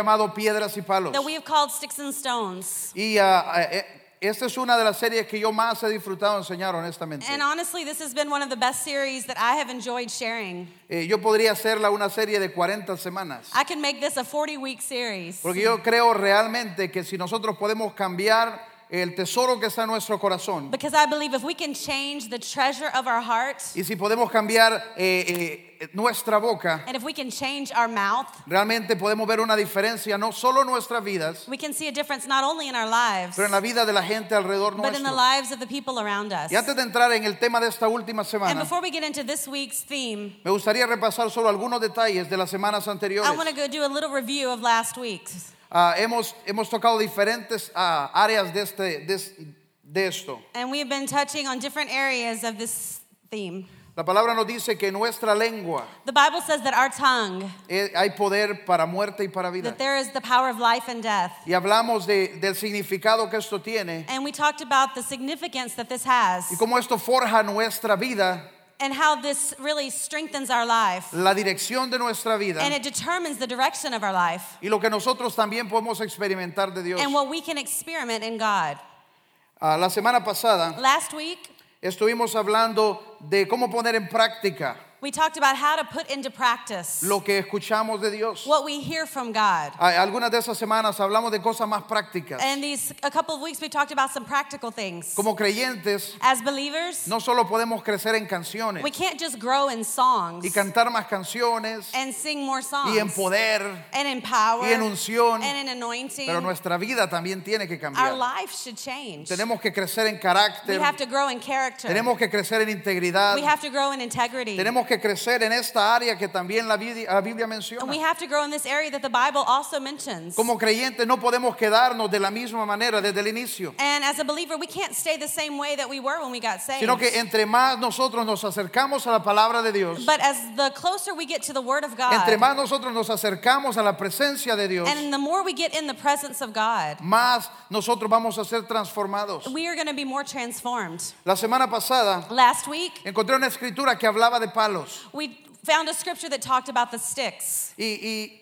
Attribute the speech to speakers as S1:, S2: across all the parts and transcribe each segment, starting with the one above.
S1: llamado Piedras y Palos.
S2: that we have called Sticks and Stones.
S1: Y ah, ah, eh, esta es una de las series que yo más he disfrutado enseñar, honestamente.
S2: And uh, honestly, this has been one of the best series that I have enjoyed sharing.
S1: Eh, yo podría hacerla una serie de 40 semanas.
S2: I can make this a 40 week series.
S1: Porque yo creo realmente que si nosotros podemos cambiar el tesoro que está en nuestro corazón
S2: Because I believe if we can change the treasure of our heart,
S1: y si podemos cambiar eh, eh, nuestra boca,
S2: and if we can change our mouth,
S1: realmente podemos ver una diferencia no solo en nuestras vidas,
S2: we can see a difference not only in our lives,
S1: pero en la vida de la gente alrededor
S2: but in the
S1: nuestro.
S2: lives of the people around us.
S1: Y antes de entrar en el tema de esta última
S2: And
S1: semana,
S2: before we get into this week's theme,
S1: me gustaría repasar solo algunos detalles de las semanas anteriores.
S2: I want to go do a little review of last week's.
S1: Ah, hemos, hemos tocado diferentes ah, áreas de, este, de es- de esto.
S2: And we have been touching on different areas of this theme.
S1: La palabra nos dice que en nuestra lengua
S2: The Bible says that our tongue,
S1: eh, hay poder para muerte y para vida.
S2: that there is the power of life and death.
S1: Y hablamos de- del significado que esto tiene
S2: And we talked about the significance that this has
S1: y cómo esto forja nuestra vida,
S2: and how this really strengthens our life
S1: la dirección de nuestra vida
S2: and it determines the direction of our life
S1: y lo que nosotros también podemos experimentar de Dios.
S2: and what we can experiment in God.
S1: Ah, la semana pasada
S2: Last week,
S1: estuvimos hablando de cómo poner en práctica
S2: we talked about how to put into practice
S1: lo que escuchamos de Dios.
S2: what we hear from God.
S1: Ah, algunas de esas semanas hablamos de cosas más prácticas.
S2: And these a couple of weeks we talked about some practical things.
S1: Como creyentes,
S2: As believers,
S1: no solo podemos crecer en
S2: we
S1: canciones
S2: can't just grow in
S1: y
S2: songs
S1: cantar más canciones
S2: and sing more songs
S1: y en poder,
S2: and in power
S1: y en unción,
S2: and in anointing.
S1: pero nuestra vida también tiene que
S2: Our
S1: cambiar.
S2: life should change.
S1: Tenemos que crecer en
S2: We
S1: carácter,
S2: have to grow in character.
S1: tenemos que crecer en integridad,
S2: We have to grow in integrity.
S1: Um, tenemos que crecer en esta área que también la Biblia, la Biblia
S2: And we
S1: menciona.
S2: have to grow in this area that the Bible also mentions.
S1: Como creyentes no podemos quedarnos de la misma manera desde el inicio,
S2: And as a believer, we can't stay the same way that we were when we got saved.
S1: sino que entre más nosotros nos acercamos a la palabra de Dios,
S2: But as the closer we get to the Word of
S1: entre
S2: God,
S1: más nosotros nos acercamos a la presencia de Dios,
S2: and the more we get in the presence of God,
S1: más nosotros vamos a ser transformados.
S2: we are going to be more transformed.
S1: La semana pasada
S2: Last week,
S1: encontré una escritura que hablaba de palos
S2: we found a scripture that talked about the sticks.
S1: y, y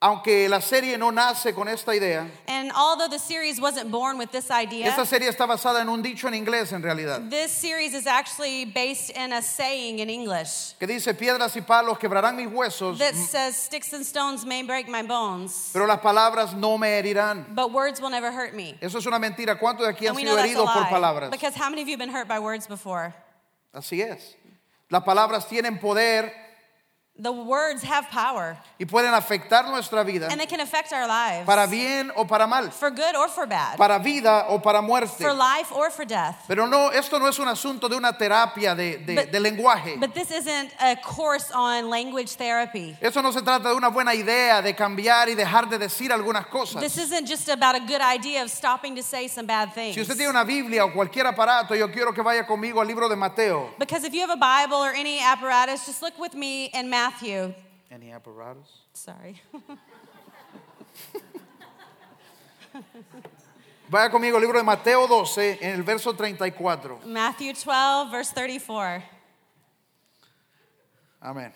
S1: aunque la serie no nace con esta idea,
S2: And although the series wasn't born with this idea,
S1: esta serie está basada en un dicho en inglés en realidad,
S2: this series is actually based in a saying in English
S1: que dice piedras y palos quebrarán mis huesos,
S2: that says, Sticks and stones may break my bones,
S1: pero las palabras no me herirán.
S2: but words will never hurt me.
S1: Eso es una mentira. ¿Cuántos de aquí han
S2: And we
S1: sido
S2: know that's a
S1: heridos por
S2: lie.
S1: palabras?
S2: Because how many of you have been hurt by words before?
S1: Así es. Las palabras tienen poder
S2: The words have power
S1: y pueden afectar nuestra vida
S2: and they can affect our lives
S1: para bien o para mal,
S2: for good or for bad,
S1: para vida o para muerte.
S2: for life or for death.
S1: Pero no, esto no es un asunto de una terapia de, de-
S2: But-
S1: de lenguaje.
S2: But this isn't a course on language therapy.
S1: Eso no se trata de una buena idea de cambiar y dejar de decir algunas cosas.
S2: This isn't just about a good idea of stopping to say some bad things.
S1: Si usted tiene una Biblia o cualquier aparato, yo quiero que vaya conmigo al libro de Mateo.
S2: Because if you have a Bible or any apparatus, just look with me in Matthew.
S1: Any apparatus?
S2: Sorry.
S1: Vaya conmigo al libro de Mateo 12, en el verso 34.
S2: Matthew 12, verse 34.
S1: Amén.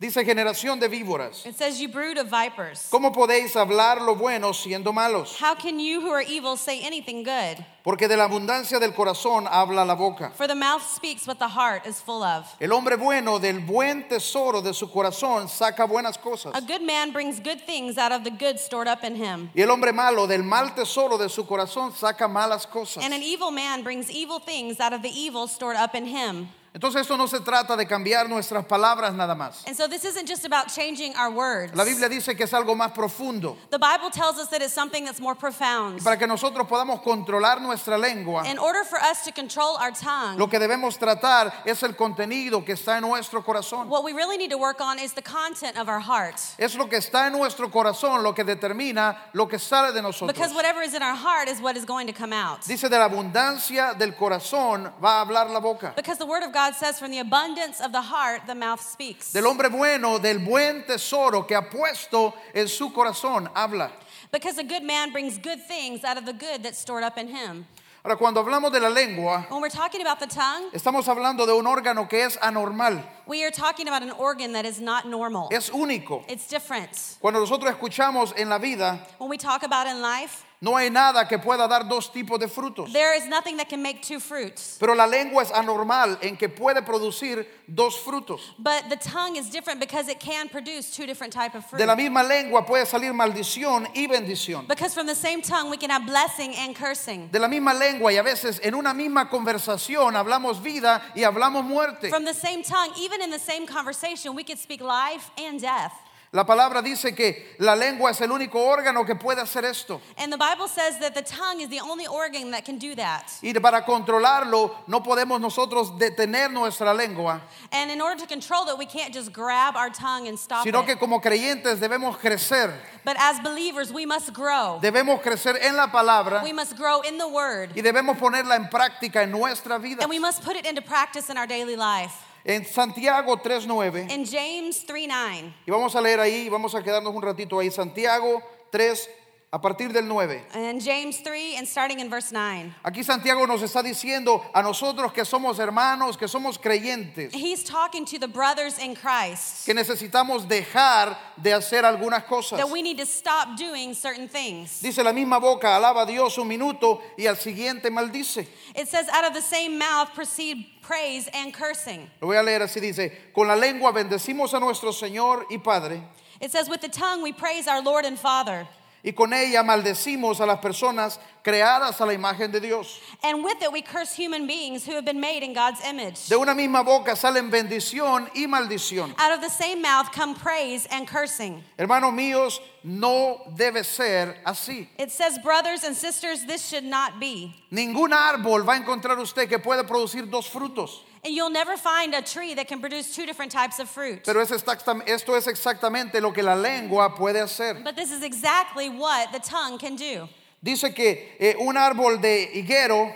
S1: Dice generación de víboras.
S2: It says, You brood of vipers.
S1: ¿Cómo podéis hablar lo bueno siendo malos?
S2: How can you who are evil say anything good?
S1: Porque de la abundancia del corazón habla la boca.
S2: For the mouth speaks what the heart is full of.
S1: El hombre bueno del buen tesoro de su corazón saca buenas cosas.
S2: A good man brings good things out of the good stored up in him,
S1: Y el hombre malo del mal tesoro de su corazón saca malas cosas.
S2: and an evil man brings evil things out of the evil stored up in him.
S1: Entonces esto no se trata de cambiar nuestras palabras nada más.
S2: And so this isn't just about changing our words.
S1: La Biblia dice que es algo más profundo.
S2: The Bible tells us that it's something that's more profound.
S1: Para que nosotros podamos controlar nuestra lengua,
S2: In order for us to control our tongue,
S1: lo que debemos tratar es el contenido que está en nuestro corazón.
S2: what we really need to work on is the content of our heart.
S1: Es lo que está en nuestro corazón lo que determina lo que sale de
S2: Because
S1: nosotros.
S2: whatever is in our heart is what is going to come out.
S1: Dice de la abundancia del corazón va a hablar la boca.
S2: Because the Word of God says, from the abundance of the heart, the mouth speaks.
S1: Del hombre bueno, del buen tesoro que ha puesto en su corazón, habla.
S2: Because a good man brings good things out of the good that's stored up in him.
S1: Ahora, cuando hablamos de la lengua,
S2: When we're talking about the tongue,
S1: estamos hablando de un órgano que es anormal,
S2: we are talking about an organ that is not normal.
S1: es único.
S2: It's different.
S1: Cuando nosotros escuchamos en la vida,
S2: When we talk about in life,
S1: no hay nada que pueda dar dos tipos de frutos.
S2: there is nothing that can make two fruits.
S1: Pero la lengua es anormal en que puede producir dos frutos.
S2: But the tongue is different because it can produce two different type of fruit.
S1: De la misma lengua puede salir maldición y bendición.
S2: Because from the same tongue we can have blessing and cursing.
S1: De la misma lengua y a veces en una misma conversación hablamos vida y hablamos muerte.
S2: From the same tongue, even in the same conversation, we could speak life and death.
S1: La palabra dice que la lengua es el único órgano que puede hacer esto.
S2: And the Bible says that the tongue is the only organ that can do that.
S1: Y para controlarlo no podemos nosotros detener nuestra lengua,
S2: And in order to control it, we can't just grab our tongue and stop
S1: sino
S2: it.
S1: que como creyentes debemos crecer.
S2: But as believers, we must grow.
S1: Debemos crecer en la palabra
S2: We must grow in the word.
S1: y debemos ponerla en práctica en nuestra vida.
S2: And we must put it into practice in our daily life.
S1: En Santiago 3.9,
S2: In James 3 9,
S1: y vamos a leer ahí, y vamos a quedarnos un ratito ahí, Santiago 3, a partir del 9.
S2: and James 3, and starting in verse 9,
S1: Aquí Santiago nos está diciendo a nosotros que somos hermanos, que somos creyentes,
S2: he's talking to the brothers in Christ
S1: que necesitamos dejar de hacer algunas cosas.
S2: that we need to stop doing certain things.
S1: Dice la misma boca, alaba a Dios un minuto y al siguiente maldice.
S2: It says, out of the same mouth proceed praise and cursing.
S1: Lo voy a leer así, dice, con la lengua bendecimos a nuestro Señor y Padre
S2: It says, with the tongue we praise our Lord and Father,
S1: y con ella maldecimos a las personas creadas a la imagen de Dios.
S2: and with it we curse human beings who have been made in God's image.
S1: De una misma boca salen bendición y maldición.
S2: Out of the same mouth come praise and cursing.
S1: Hermanos míos, no debe ser así.
S2: It says, brothers and sisters, this should not be.
S1: Ningún árbol va a encontrar usted que pueda producir dos frutos.
S2: And you'll never find a tree that can produce two different types of fruit.
S1: Pero es exactam- esto es exactamente lo que la lengua puede hacer.
S2: But this is exactly what the tongue can do.
S1: Dice que eh, un árbol de higuero, en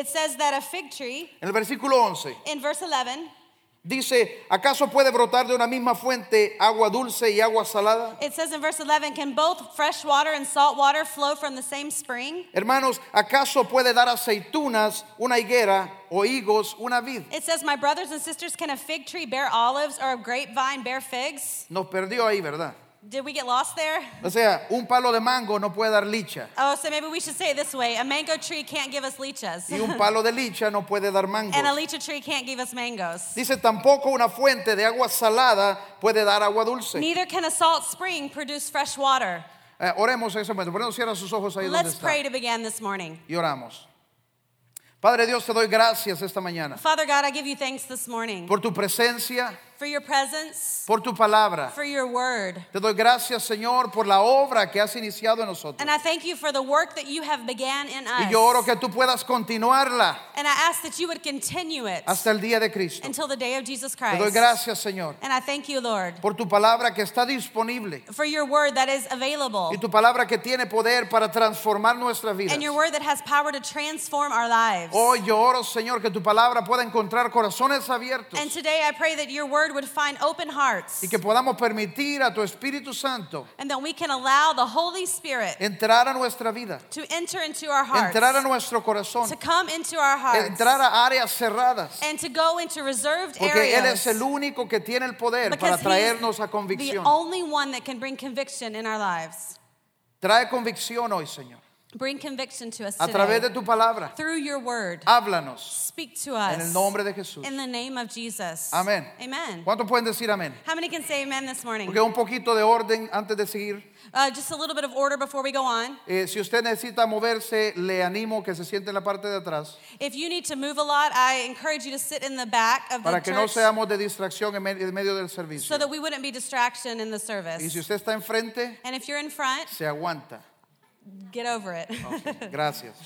S2: It says that a fig tree,
S1: el versículo 11,
S2: in verse 11,
S1: dice, ¿acaso puede brotar de una misma fuente agua dulce y agua salada?
S2: it says in verse 11, can both fresh water and salt water flow from the same spring?
S1: Hermanos, ¿acaso puede dar aceitunas una higuera o higos una vid?
S2: It says, my brothers and sisters, can a fig tree bear olives or a grapevine bear figs?
S1: Nos perdió ahí, ¿verdad?
S2: Did we get lost there?
S1: O sea, un palo de mango no puede dar licha
S2: Oh, so maybe we should say it this way a mango tree can't give us leeches,
S1: y un palo de licha no puede dar mango.
S2: and a leecha tree can't give us mangoes.
S1: Dice, tampoco una fuente de agua salada puede dar agua dulce.
S2: Neither can a salt spring produce fresh water.
S1: Eh, oremos en ese momento. Por eso cierra sus ojos ahí donde
S2: Let's
S1: está.
S2: pray to begin this morning.
S1: Y oramos. Padre Dios, te doy gracias esta mañana
S2: Father God, I give you thanks this morning
S1: por tu presencia,
S2: for your presence,
S1: por tu palabra.
S2: for your word.
S1: Te doy gracias, Señor, por la obra que has iniciado en nosotros.
S2: And I thank you for the work that you have began in us.
S1: Y yo oro que tú puedas continuarla
S2: and I ask that you would continue it
S1: hasta el día de Cristo.
S2: until the day of Jesus
S1: Te doy
S2: Christ.
S1: gracias, Señor,
S2: And I thank you, Lord,
S1: por tu palabra que está disponible
S2: for your word that is available
S1: y tu palabra que tiene poder para transformar nuestras vidas.
S2: and your word that has power to transform our lives.
S1: Hoy yo oro, Señor, que tu palabra pueda encontrar corazones abiertos
S2: and today I pray that your word would find open hearts
S1: y que podamos permitir a tu Espíritu Santo
S2: and that we can allow the Holy Spirit
S1: entrar a nuestra vida,
S2: to enter into our hearts,
S1: entrar a nuestro corazón,
S2: to come into our hearts,
S1: entrar a áreas cerradas,
S2: and to go into reserved
S1: porque
S2: areas.
S1: Él es el único que tiene el poder para
S2: Because
S1: traernos a
S2: he's the
S1: convicción.
S2: only one that can bring conviction in our lives.
S1: Trae convicción hoy, Señor,
S2: Bring conviction to us
S1: a través de
S2: today.
S1: tu palabra.
S2: Through your word.
S1: Háblanos
S2: Speak to us.
S1: en el nombre de Jesús.
S2: In the name of Jesus.
S1: Amén.
S2: Amen.
S1: ¿Cuántos pueden decir amén?
S2: How many can say amen this morning?
S1: Porque un poquito de orden antes de seguir.
S2: Uh, just a little bit of order before we go on.
S1: Eh, si usted necesita moverse, le animo que se siente en la parte de atrás
S2: If you need to move a lot, I encourage you to sit in the back of the
S1: para que no
S2: church
S1: seamos de distracción en, me- en medio del servicio.
S2: so that we wouldn't be distraction in the
S1: Y
S2: service.
S1: si usted está enfrente,
S2: And if you're in front,
S1: se aguanta.
S2: get over it.
S1: Gracias.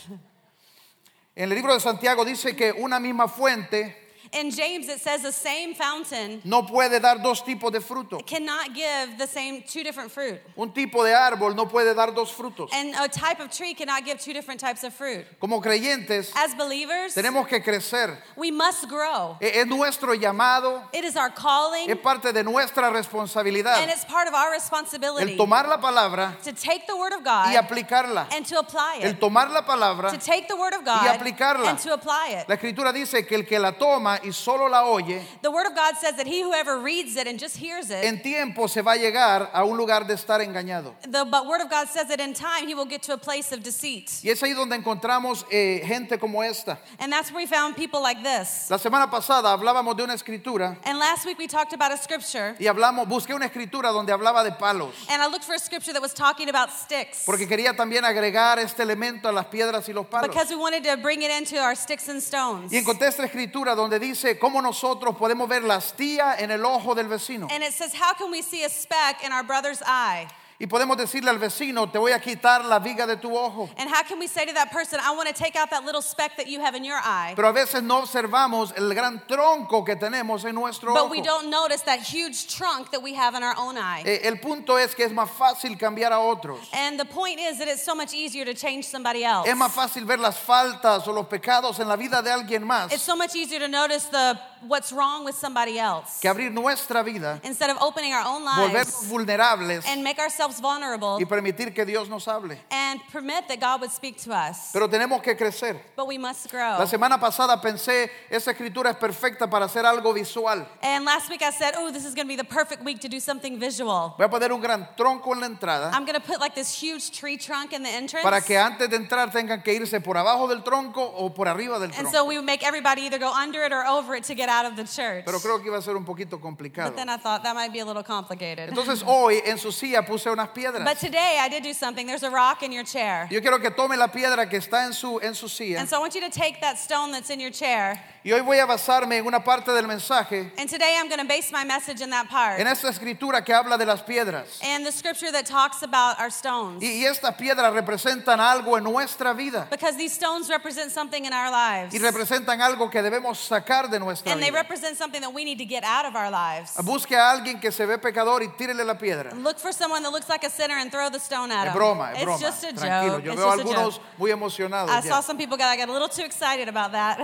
S1: En el libro de Santiago dice que una misma fuente
S2: In James, it says the same fountain
S1: no puede dar dos tipos de fruto.
S2: cannot give the same two different fruit.
S1: Un tipo de árbol no puede dar dos frutos.
S2: And a type of tree cannot give two different types of fruit.
S1: Como creyentes
S2: As believers,
S1: tenemos que crecer.
S2: we must grow.
S1: E- Es nuestro llamado,
S2: It is our calling,
S1: es parte de nuestra
S2: and
S1: responsabilidad
S2: it's part of our
S1: el
S2: responsibility
S1: tomar la palabra
S2: to take the Word of
S1: y
S2: God
S1: aplicarla.
S2: and to apply
S1: El
S2: it.
S1: tomar la palabra,
S2: To take the Word of God
S1: aplicarla.
S2: and to apply
S1: la
S2: it.
S1: escritura dice que el que la toma y solo la oye,
S2: The Word of God says that he whoever reads it and just hears it,
S1: en tiempo se va a llegar a un lugar de estar engañado.
S2: the but Word of God says that in time he will get to a place of deceit.
S1: Y es ahí donde encontramos eh, gente como esta.
S2: And that's where we found people like this.
S1: La semana pasada hablábamos de una escritura
S2: And last week we talked about a scripture,
S1: y hablamos, busqué una escritura donde hablaba de palos,
S2: and I looked for a scripture that was talking about sticks.
S1: porque quería también agregar este elemento a las piedras y los palos.
S2: Because we wanted to bring it into our sticks and stones.
S1: Y encontré esta escritura donde dice cómo nosotros podemos ver la astilla en el ojo del vecino.
S2: And it says, How can we see a speck in our brother's eye?
S1: Y podemos decirle al vecino, te voy a quitar la viga de tu ojo.
S2: And how can we say to that person, I want to take out that little speck that you have in your eye?
S1: Pero a veces no observamos el gran tronco que tenemos en nuestro
S2: But
S1: ojo.
S2: we don't notice that huge trunk that we have in our own eye.
S1: Eh, el punto es que es más fácil cambiar a otros.
S2: And the point is that it's so much easier to change somebody else.
S1: Es más fácil ver las faltas o los pecados en la vida de alguien
S2: It's
S1: más
S2: so much easier to notice the what's wrong with somebody else
S1: que abrir nuestra vida,
S2: instead of opening our own
S1: volvernos
S2: lives
S1: vulnerables
S2: and make ourselves vulnerable
S1: y permitir que Dios nos hable.
S2: and permit that God would speak to us.
S1: Pero tenemos que crecer.
S2: But we must grow.
S1: La semana pasada pensé, esa escritura es perfecta para hacer algo visual.
S2: And last week I said, oh, this is going to be the perfect week to do something visual.
S1: Voy a poner un gran tronco en la entrada
S2: I'm going to put like this huge tree trunk in the entrance.
S1: para que antes de entrar tengan que irse por abajo del tronco o por arriba del
S2: and
S1: tronco.
S2: so we would make everybody either go under it or over it to get out of the church.
S1: Pero creo que iba a ser un poquito complicado.
S2: but then I thought that might be a little complicated.
S1: Entonces hoy en su silla puse unas
S2: But
S1: piedras.
S2: today I did do something. There's a rock in your chair.
S1: Yo quiero que tome la piedra que está en su, en su silla.
S2: And so I want you to take that stone that's in your chair.
S1: Y hoy voy a basarme en una parte del mensaje,
S2: And today I'm going to base my message in that part.
S1: en esta escritura que habla de las piedras.
S2: and the scripture that talks about our stones.
S1: Y, y estas piedras representan algo en nuestra vida
S2: because these stones represent something in our lives.
S1: y representan algo que debemos sacar de nuestra
S2: and they
S1: vida.
S2: represent something that we need to get out of our lives.
S1: Busque a alguien que se ve pecador y tírele la piedra.
S2: Look for someone that looks like a sinner and throw the stone at
S1: Es
S2: him.
S1: broma, es
S2: it's
S1: broma.
S2: just a
S1: Tranquilo,
S2: joke.
S1: yo
S2: It's
S1: veo
S2: just a
S1: algunos
S2: joke.
S1: muy emocionados. ya.
S2: I saw some people got, I got a little too excited about that.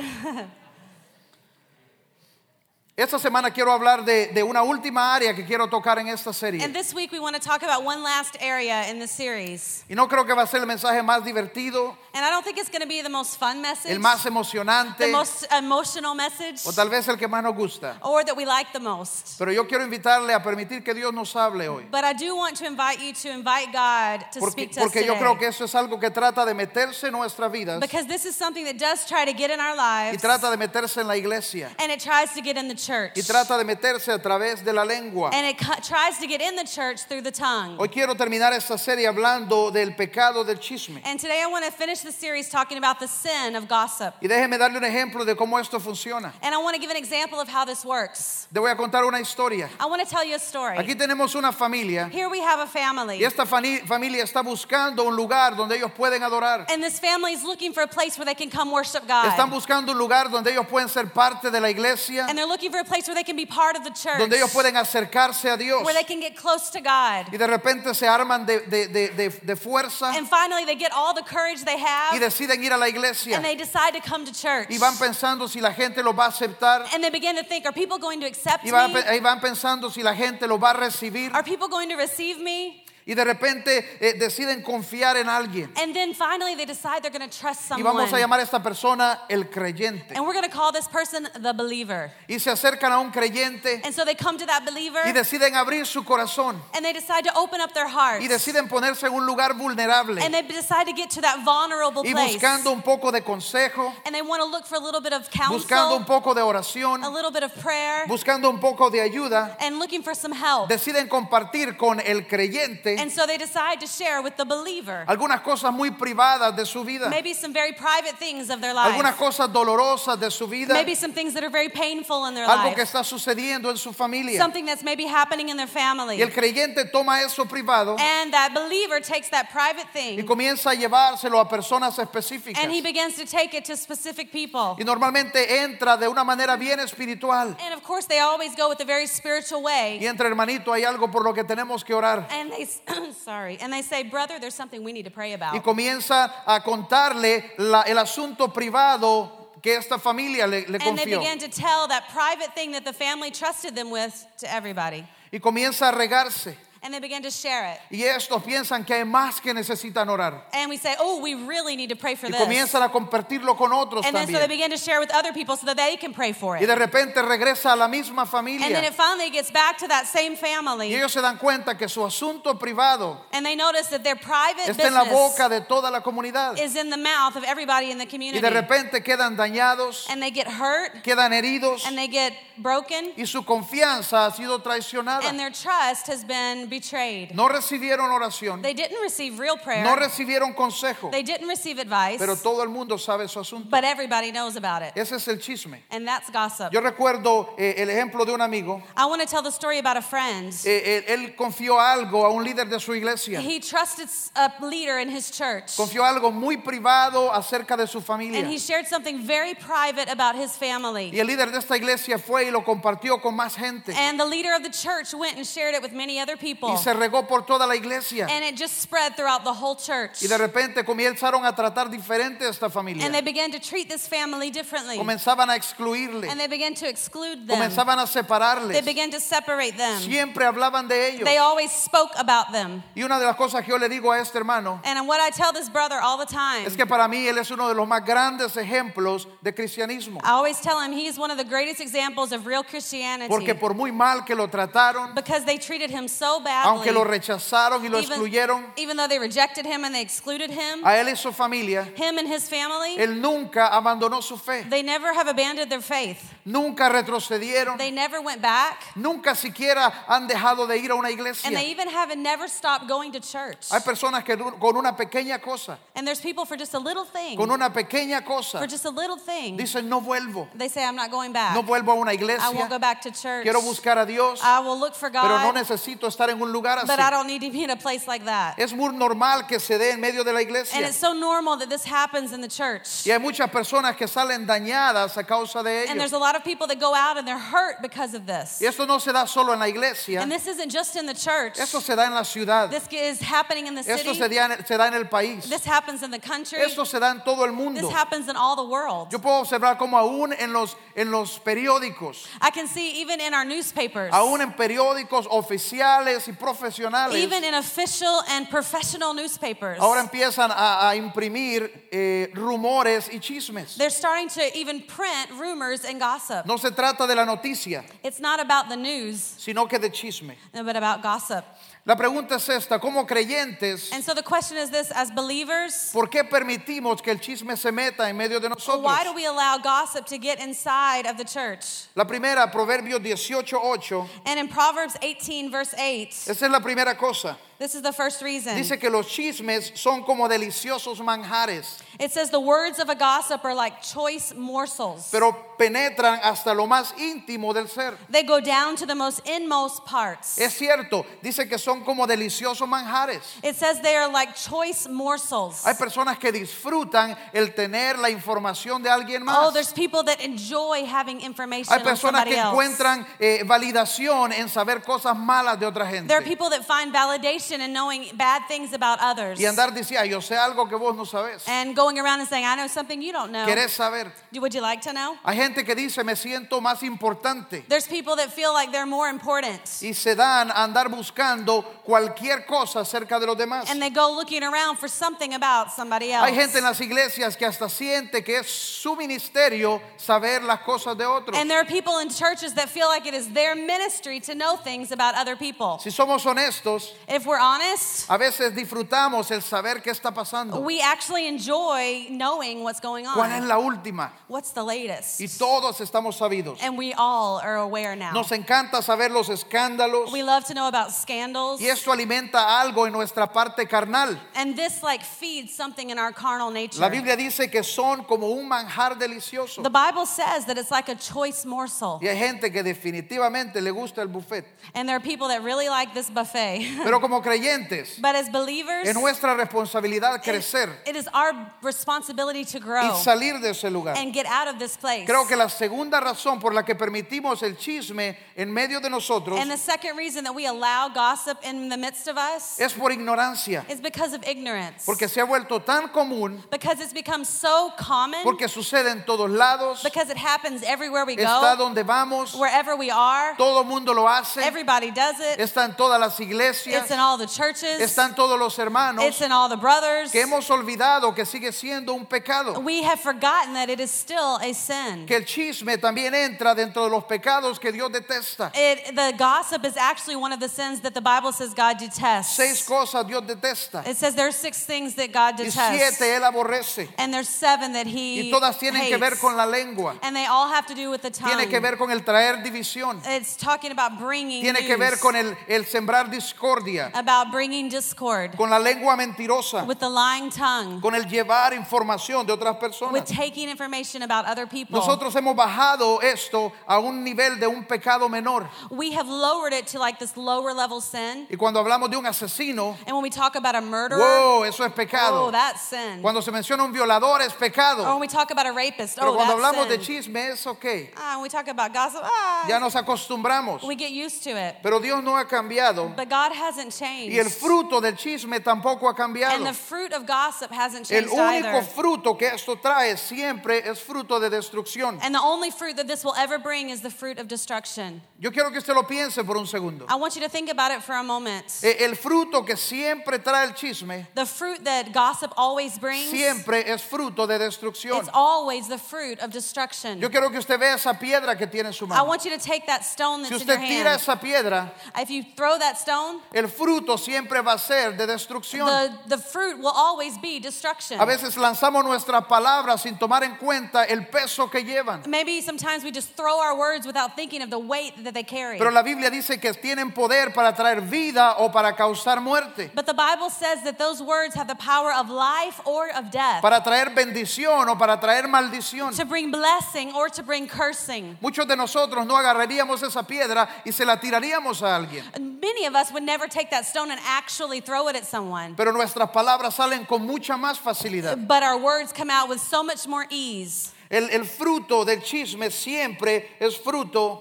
S1: Esta semana quiero hablar de, de una última área que quiero tocar en esta serie.
S2: and this week we want to talk about one last area in the series.
S1: Y no creo que va a ser el mensaje más divertido,
S2: And I don't think it's going to be the most fun message,
S1: el más emocionante
S2: the most emotional message,
S1: o tal vez el que más nos gusta.
S2: or that we like the most.
S1: Pero yo quiero invitarle a permitir que Dios nos hable hoy.
S2: But I do want to invite you to invite God to
S1: Porque,
S2: speak to us
S1: porque yo
S2: today.
S1: creo que eso es algo que trata de meterse en nuestras vidas
S2: because this is something that does try to get in our
S1: y
S2: lives
S1: trata de meterse en la iglesia
S2: and it tries to get in the church.
S1: y trata de meterse a través de la lengua.
S2: and it cu- tries to get in the church through the tongue.
S1: Hoy quiero terminar esta serie hablando del pecado del chisme.
S2: And today I want to finish the series talking about the sin of gossip.
S1: Y déjeme darle un ejemplo de cómo esto funciona.
S2: And I want to give an example of how this works.
S1: Te voy a contar una historia.
S2: I want to tell you a story.
S1: Aquí tenemos una familia
S2: Here we have a family.
S1: y esta fani- familia está buscando un lugar donde ellos pueden adorar.
S2: And this family is looking for a place where they can come worship God.
S1: Están buscando un lugar donde ellos pueden ser parte de la iglesia,
S2: and they're looking for a place where they can be part of the church.
S1: donde ellos pueden acercarse a Dios.
S2: where they can get close to God.
S1: Y de repente se arman de, de- de- de- de fuerza
S2: And finally, they get all the courage they
S1: y
S2: have
S1: deciden ir a la iglesia.
S2: and they decide to come to church.
S1: Y van pensando si la gente los va a aceptar.
S2: and they begin to think, are people going to accept
S1: Y van,
S2: me?
S1: pe- y van pensando si la gente los va a recibir.
S2: Are people going to receive me?
S1: Y de repente eh, deciden confiar en alguien.
S2: And then finally, they decide they're going to trust
S1: Y
S2: someone.
S1: vamos a llamar a esta persona el creyente.
S2: And we're going to call this person the believer.
S1: Y se acercan a un creyente
S2: And so they come to that believer
S1: y deciden abrir su corazón.
S2: and they decide to open up their hearts.
S1: Y deciden ponerse en un lugar vulnerable.
S2: And they decide to get to that vulnerable
S1: Y
S2: place.
S1: buscando un poco de consejo,
S2: and they want to look for a little bit of counsel,
S1: buscando un poco de oración,
S2: a little bit of prayer,
S1: buscando un poco de ayuda,
S2: and looking for some help.
S1: deciden compartir con el creyente creyente
S2: And so they decide to share with the believer
S1: algunas cosas muy privadas de su vida,
S2: maybe some very private things of their
S1: algunas
S2: life,
S1: cosas dolorosas de su vida,
S2: maybe some things that are very painful in their
S1: algo que
S2: life,
S1: está sucediendo en su familia.
S2: something that's maybe happening in their family.
S1: Y el creyente toma eso privado
S2: And that believer takes that private
S1: y
S2: thing
S1: comienza a llevárselo a personas específicas.
S2: and he begins to take it to specific people.
S1: Y normalmente entra de una manera bien espiritual.
S2: And of course, they always go with a very spiritual
S1: Y
S2: way.
S1: entre hermanito hay algo por lo que tenemos que orar.
S2: And they, sorry, and they say, brother, there's something we need to pray
S1: Y
S2: about.
S1: comienza a contarle la- el asunto privado que esta familia le, le
S2: And they
S1: confió.
S2: began to tell that private thing that the family trusted them with to everybody.
S1: Y comienza a regarse.
S2: And they began to share it.
S1: Y estos piensan que hay más que necesitan orar.
S2: And we say, oh, we really need to pray for
S1: Y
S2: this.
S1: comienzan a compartirlo con otros
S2: And then so they
S1: también.
S2: begin to share with other people so that they can pray for
S1: Y
S2: it.
S1: de repente regresa a la misma
S2: And then
S1: familia.
S2: it finally gets back to that same
S1: Y
S2: family.
S1: ellos se dan cuenta que su asunto privado
S2: And they notice that their private
S1: está en la
S2: business
S1: boca de toda la comunidad.
S2: is in the mouth of everybody in the
S1: Y
S2: community.
S1: de repente quedan dañados,
S2: And they get hurt
S1: quedan heridos.
S2: and they get broken
S1: Y su confianza ha sido traicionada.
S2: and their trust has been betrayed.
S1: No recibieron oración.
S2: They didn't receive real
S1: Mm. No
S2: prayer.
S1: recibieron consejo.
S2: They didn't receive advice,
S1: Pero todo el mundo sabe su asunto.
S2: but everybody knows about it.
S1: Ese es el chisme.
S2: And that's gossip.
S1: Yo recuerdo eh, el ejemplo de un amigo.
S2: I want to tell the story about a friend.
S1: Eh, eh, él confió algo a un líder de su iglesia.
S2: He trusted s- a leader in his church.
S1: Confió algo muy privado acerca de su
S2: And
S1: familia.
S2: he shared something very private about his
S1: Y
S2: family.
S1: el líder de esta iglesia fue y lo compartió con más gente.
S2: And the leader of the church went and shared it with many other people.
S1: Y se regó por toda la iglesia.
S2: And it just spread throughout the whole church.
S1: Y de repente comenzaron a tratar diferente a esta familia.
S2: And they began to treat this family differently.
S1: Comenzaban a excluirle.
S2: And they began to exclude them.
S1: Comenzaban a
S2: They
S1: separarles.
S2: began to separate them.
S1: Siempre hablaban de ellos.
S2: They always spoke about them.
S1: Y una de las cosas que yo le digo a este hermano
S2: And what I tell this brother all the time,
S1: es que para mí él es uno de los más grandes ejemplos de cristianismo.
S2: I always tell him he's one of the greatest examples of real Christianity
S1: Porque por muy mal que lo trataron,
S2: because they treated him so
S1: aunque lo
S2: badly.
S1: rechazaron y lo
S2: Even,
S1: excluyeron,
S2: even though they rejected him and they excluded him,
S1: a él y su familia,
S2: him and his family,
S1: él nunca abandonó su fe,
S2: they never have abandoned their faith.
S1: nunca retrocedieron,
S2: They never went back,
S1: nunca siquiera han dejado de ir a una
S2: and
S1: iglesia.
S2: they even haven't never stopped going to church.
S1: Hay personas que nu- con una pequeña cosa,
S2: And there's people for just a little thing,
S1: con una pequeña
S2: for
S1: cosa,
S2: just a little thing,
S1: dicen no vuelvo,
S2: they say, I'm not going back.
S1: no vuelvo a una
S2: I won't go
S1: iglesia,
S2: back to church.
S1: quiero buscar a Dios,
S2: I will look for
S1: pero no
S2: Ah, God,
S1: necesito estar en un lugar así.
S2: but I don't need to be in a place like that.
S1: Es muy normal que se dé en medio de la
S2: And
S1: iglesia.
S2: it's so normal that this happens in the church.
S1: Y hay muchas personas que salen dañadas a causa de
S2: And there's
S1: ello.
S2: a lot of people that go out and they're hurt because of this.
S1: Y esto no se da solo en la iglesia,
S2: And this isn't just in the church.
S1: esto se da en la ciudad,
S2: This is happening in the
S1: esto
S2: city.
S1: se da, en- se da en el país,
S2: This happens in the country.
S1: esto se da en todo el
S2: This
S1: mundo.
S2: happens in all the world.
S1: Yo puedo observar cómo aún en los, en los periódicos,
S2: I can see even in our newspapers,
S1: aún en periódicos oficiales y profesionales,
S2: even in official and professional newspapers,
S1: ahora empiezan a, a imprimir eh, rumores y chismes.
S2: they're starting to even print rumors and gossip.
S1: No se trata de la noticia,
S2: It's not about the news,
S1: sino que de chisme.
S2: but about gossip.
S1: La pregunta es esta, ¿cómo creyentes
S2: And so the question is this as believers,
S1: ¿Por qué permitimos que el chisme se meta en medio de nosotros?
S2: why do we allow gossip to get inside of the church?
S1: La primera, Proverbios 18:8,
S2: And in Proverbs 18, verse 8,
S1: esa es la primera cosa.
S2: this is the first reason.
S1: Dice que los chismes son como deliciosos manjares,
S2: It says, The words of a gossip are like choice morsels,
S1: pero penetran hasta lo más íntimo del ser.
S2: they go down to the most inmost parts.
S1: Es cierto, dice que son como deliciosos manjares.
S2: It says they are like choice morsels.
S1: Hay personas que disfrutan el tener la información de alguien
S2: Oh,
S1: más.
S2: there's people that enjoy having information
S1: Hay
S2: on
S1: personas
S2: somebody
S1: que
S2: else.
S1: encuentran eh, validación en saber cosas malas de otra gente
S2: There are people that find validation in knowing bad things about others
S1: y andar diciendo, yo sé algo que vos no sabés,
S2: and going around and saying, I know something you don't know.
S1: querés saber.
S2: Do- Would you like to know?
S1: Hay gente que dice me siento más importante
S2: There's people that feel like they're more important
S1: y se dan a andar buscando cualquier cosa acerca de los demás.
S2: and they go looking around for something about somebody else.
S1: Hay gente en las iglesias que hasta siente que es su ministerio saber las cosas de otros.
S2: And there are people in churches that feel like it is their ministry to know things about other people.
S1: Si somos honestos,
S2: If we're we're honest,
S1: A veces disfrutamos el saber qué está pasando.
S2: we actually enjoy knowing what's going
S1: ¿Cuál es
S2: on.
S1: la última?
S2: What's the latest?
S1: Y todos estamos sabidos.
S2: And we all are aware now.
S1: Nos encanta saber los escándalos
S2: We love to know about scandals.
S1: y esto alimenta algo en nuestra parte carnal.
S2: And this like feeds something in our carnal nature.
S1: La Biblia dice que son como un manjar delicioso.
S2: The Bible says that it's like a choice morsel.
S1: Y hay gente que definitivamente le gusta el buffet.
S2: And there are people that really like this buffet.
S1: Pero como creyentes,
S2: but as believers,
S1: es nuestra responsabilidad crecer
S2: it is our responsibility to grow
S1: y salir de ese lugar.
S2: and get out of this place.
S1: Creo que la segunda razón por la que permitimos el chisme en medio de nosotros
S2: and the second reason that we allow gossip in the midst of us
S1: es por ignorancia,
S2: is because of ignorance.
S1: porque se ha vuelto tan común,
S2: because it's become so common,
S1: porque sucede en todos lados,
S2: because it happens everywhere we
S1: está
S2: go,
S1: donde vamos,
S2: wherever we are,
S1: todo el mundo lo hace,
S2: everybody does it.
S1: está en todas las
S2: It's
S1: iglesias,
S2: in all the churches.
S1: están todos los hermanos,
S2: It's in all the brothers.
S1: que hemos olvidado que sigue siendo un pecado,
S2: We have forgotten that it is still a sin.
S1: que el chisme también entra dentro de los pecados que Dios detesta.
S2: It, the gossip is actually one of the sins that the Bible says God detests.
S1: Seis cosas Dios detesta
S2: It says there are six things that God
S1: y
S2: detests,
S1: siete Él aborrece.
S2: and there's seven that
S1: Y
S2: He
S1: todas tienen que ver
S2: hates.
S1: con la lengua.
S2: and they all have to do with the tongue.
S1: Tiene que ver con el traer división.
S2: it's talking about bringing.
S1: Tiene que ver
S2: news,
S1: con el, el sembrar discordia.
S2: about bringing discord
S1: Con la lengua mentirosa.
S2: with the lying tongue,
S1: Con el llevar información de otras
S2: with
S1: personas.
S2: taking information about other people.
S1: Nosotros hemos bajado esto a un nivel de un pecado menor.
S2: we have lowered it to like this lower level sin,
S1: Y cuando hablamos de un asesino,
S2: and when we talk about a murderer,
S1: wow, eso es
S2: oh,
S1: pecado.
S2: that's sin.
S1: Cuando se menciona un violador es
S2: Or when
S1: pecado.
S2: we talk about a rapist,
S1: Pero
S2: oh,
S1: cuando
S2: that's
S1: hablamos de
S2: sin.
S1: chisme es ok.
S2: Ah, when we talk about gossip, ah,
S1: Ya nos acostumbramos.
S2: we get used to it.
S1: Pero Dios no ha cambiado.
S2: But God hasn't changed.
S1: Y el fruto del chisme tampoco ha
S2: and
S1: cambiado.
S2: the fruit of gossip hasn't
S1: El
S2: changed
S1: único
S2: either.
S1: fruto que esto trae siempre es fruto de destrucción.
S2: And the only fruit that this will ever bring is the fruit of destruction.
S1: Yo quiero que usted lo piense por un segundo.
S2: I want you to think about it for a moment.
S1: Eh, El fruto que siempre trae el chisme
S2: the fruit that gossip always brings,
S1: siempre es fruto de destrucción.
S2: it's always the fruit of destruction.
S1: Yo quiero que usted vea esa piedra que tiene en su
S2: I
S1: mano.
S2: want you to take that stone that's
S1: Si
S2: in your
S1: usted tira
S2: hand.
S1: esa piedra,
S2: If you throw that stone,
S1: el fruto siempre va a ser de destrucción.
S2: the, the fruit will always be destruction.
S1: A veces lanzamos nuestras palabras sin tomar en cuenta el peso que llevan.
S2: Maybe sometimes we just throw our words without thinking of the weight that they carry.
S1: Pero la Biblia dice que tienen poder para traer vida o para causar muerte,
S2: But the Bible says that those words have the power of life or of death,
S1: para traer bendición o para traer maldición.
S2: to bring blessing or to bring cursing.
S1: Muchos de nosotros no agarraríamos esa piedra y se la tiraríamos a alguien.
S2: And Many of us would never take that stone and actually throw it at someone.
S1: Pero nuestras palabras salen con mucha más facilidad.
S2: But our words come out with so much more ease.
S1: El, el fruto del chisme siempre es fruto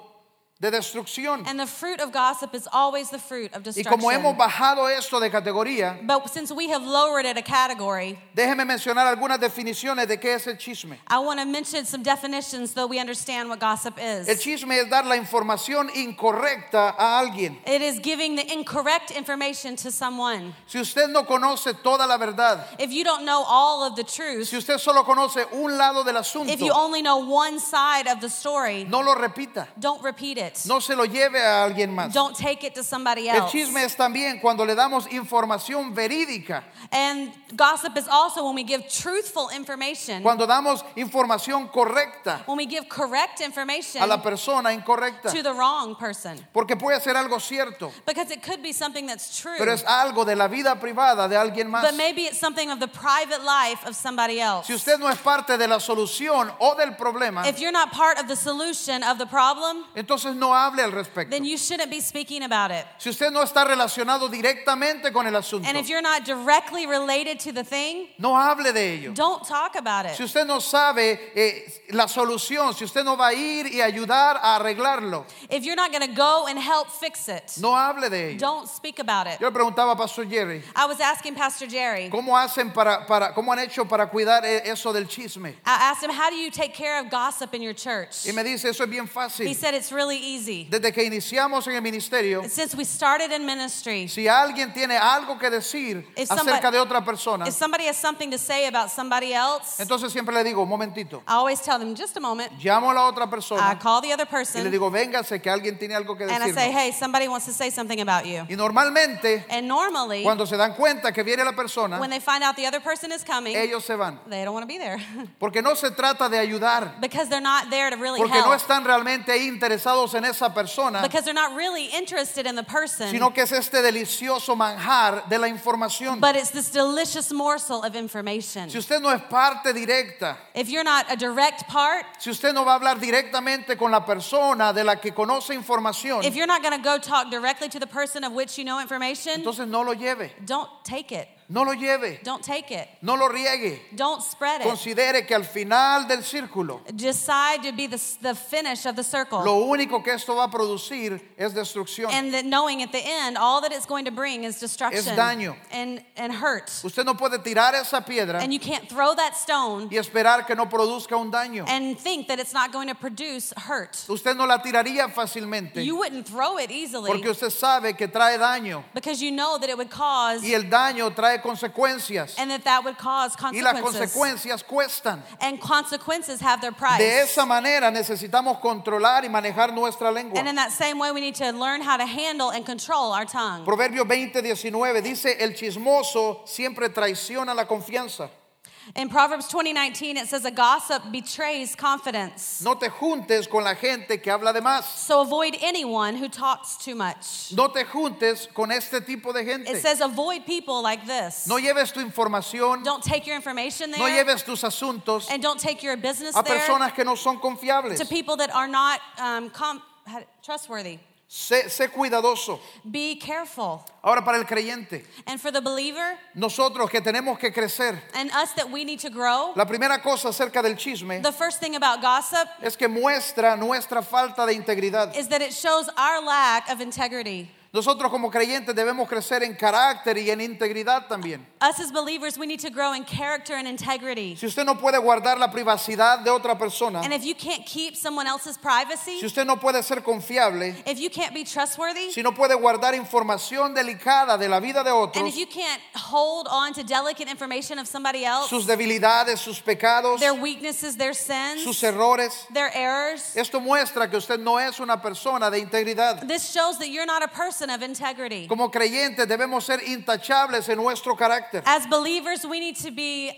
S1: de destrucción.
S2: And the fruit of gossip is always the fruit of
S1: Y como hemos
S2: destruction.
S1: bajado esto de categoría,
S2: But since we have lowered it a category,
S1: déjeme mencionar algunas definiciones de qué es el chisme.
S2: I want to mention some definitions so we understand what gossip is.
S1: El chisme es dar la información incorrecta a alguien.
S2: It is giving the incorrect information to someone.
S1: Si usted no conoce toda la verdad,
S2: If you don't know all of the truth,
S1: si usted solo conoce un lado del
S2: If
S1: asunto,
S2: you only know one side of the story,
S1: no lo repita,
S2: don't repeat it.
S1: no se lo lleve a alguien más.
S2: Don't take it to somebody
S1: El
S2: else.
S1: chisme es también cuando le damos información verídica,
S2: And gossip is also when we give truthful information,
S1: cuando damos información correcta
S2: when we give correct information
S1: a la persona incorrecta,
S2: to the wrong person.
S1: porque puede ser algo cierto,
S2: Because it could be something that's true,
S1: pero es algo de la vida privada de alguien más.
S2: but maybe it's something of the private life of somebody else.
S1: Si usted no es parte de la solución o del problema,
S2: If you're not part of the solution of the problem,
S1: entonces no hable al respecto.
S2: then you shouldn't be speaking about it.
S1: Si usted no está relacionado directamente con el asunto,
S2: And if you're not directly related to the thing,
S1: no hable de ello.
S2: don't talk about it.
S1: Si usted no sabe eh, la solución, si usted no va a ir y ayudar a arreglarlo,
S2: If you're not going to go and help fix it,
S1: no hable de ello.
S2: Don't speak about it.
S1: Yo le preguntaba a Pastor Jerry,
S2: I was asking Pastor Jerry.
S1: ¿cómo, hacen para, para, ¿cómo han hecho para cuidar eh, eso del chisme?
S2: I asked him, How do you take care of gossip in your church?
S1: Y me dice, eso es bien
S2: He
S1: fácil.
S2: said, It's really easy.
S1: Desde que iniciamos en el ministerio,
S2: Since we started in ministry,
S1: si alguien tiene algo que decir
S2: If somebody-
S1: acerca de otra persona,
S2: if somebody has something to say about somebody else,
S1: entonces siempre le digo, un momentito,
S2: I always tell them, just a moment.
S1: llamo a la otra
S2: I
S1: persona
S2: call the other
S1: y le
S2: person
S1: digo, véngase que alguien tiene algo que
S2: Ah, and I say,
S1: decir.
S2: hey, somebody wants to say something about you.
S1: Y normalmente,
S2: And normally,
S1: cuando se dan cuenta que viene la persona,
S2: when they find out the other person is coming,
S1: ellos se van.
S2: they don't want to be there
S1: Porque no se trata de ayudar,
S2: because they're not there to really
S1: porque no
S2: help.
S1: están realmente interesados en esa persona,
S2: Because they're not really interested in the person,
S1: sino que es este delicioso manjar de la información.
S2: but it's this delicious morsel of information.
S1: Si usted no es parte directa,
S2: If you're not a direct part,
S1: si usted no va a hablar directamente con la persona de la que conoce información,
S2: if you're not going to go talk directly to the person of which you know information,
S1: entonces no lo lleve,
S2: don't take it.
S1: no lo lleve,
S2: Don't take it.
S1: no lo riegue.
S2: Don't spread it.
S1: Considere que al final del círculo,
S2: Decide to be the, the finish of the
S1: lo
S2: circle.
S1: único que esto va a producir es destrucción.
S2: And that knowing at the end, all that it's going to bring is destruction
S1: daño.
S2: and, and hurt.
S1: Usted no puede tirar esa piedra
S2: And you can't throw that stone
S1: y esperar que no produzca un daño.
S2: and think that it's not going to produce hurt.
S1: Usted no la tiraría fácilmente
S2: You wouldn't throw it easily
S1: porque usted sabe que trae daño
S2: because you know that it would cause
S1: y el daño trae consecuencias
S2: and that that would cause
S1: y las
S2: consequences.
S1: consecuencias cuestan.
S2: And consequences have their
S1: De
S2: price.
S1: esa manera necesitamos controlar y manejar nuestra lengua.
S2: And in that same way, we need to learn how to handle and control our tongue.
S1: Proverbios 20, 19 dice, el chismoso siempre traiciona la confianza.
S2: In Proverbs 20:19, it says, "A gossip betrays confidence."
S1: No te juntes con la gente que habla de más.
S2: So avoid anyone who talks too much.
S1: No te juntes con este tipo de
S2: It
S1: gente.
S2: says, "Avoid people like this."
S1: No lleves tu información,
S2: Don't take your information
S1: no
S2: there,
S1: lleves tus asuntos
S2: and don't take your business
S1: a
S2: there
S1: personas que no son confiables.
S2: to people that are not um, com- how- trustworthy.
S1: Sé, sé cuidadoso.
S2: Be careful.
S1: Ahora para el creyente,
S2: And for the believer
S1: nosotros que tenemos que crecer,
S2: and us that we need to grow,
S1: la primera cosa acerca del chisme
S2: the first thing about gossip
S1: es que muestra nuestra falta de integridad.
S2: is that it shows our lack of integrity.
S1: Nosotros como creyentes debemos crecer en carácter y en integridad también.
S2: Us as believers, we need to grow in character and integrity.
S1: Si usted no puede guardar la privacidad de otra persona,
S2: And if you can't keep someone else's privacy,
S1: si usted no puede ser confiable,
S2: if you can't be trustworthy,
S1: si no puede guardar información delicada de la vida de
S2: and
S1: otros,
S2: if you can't hold on to delicate information of somebody else,
S1: sus debilidades, sus pecados,
S2: their weaknesses, their sins,
S1: sus errores,
S2: their errors,
S1: esto muestra que usted no es una persona de integridad.
S2: this shows that you're not a person of integrity.
S1: Como creyentes debemos ser intachables en nuestro carácter.
S2: As believers, we need to be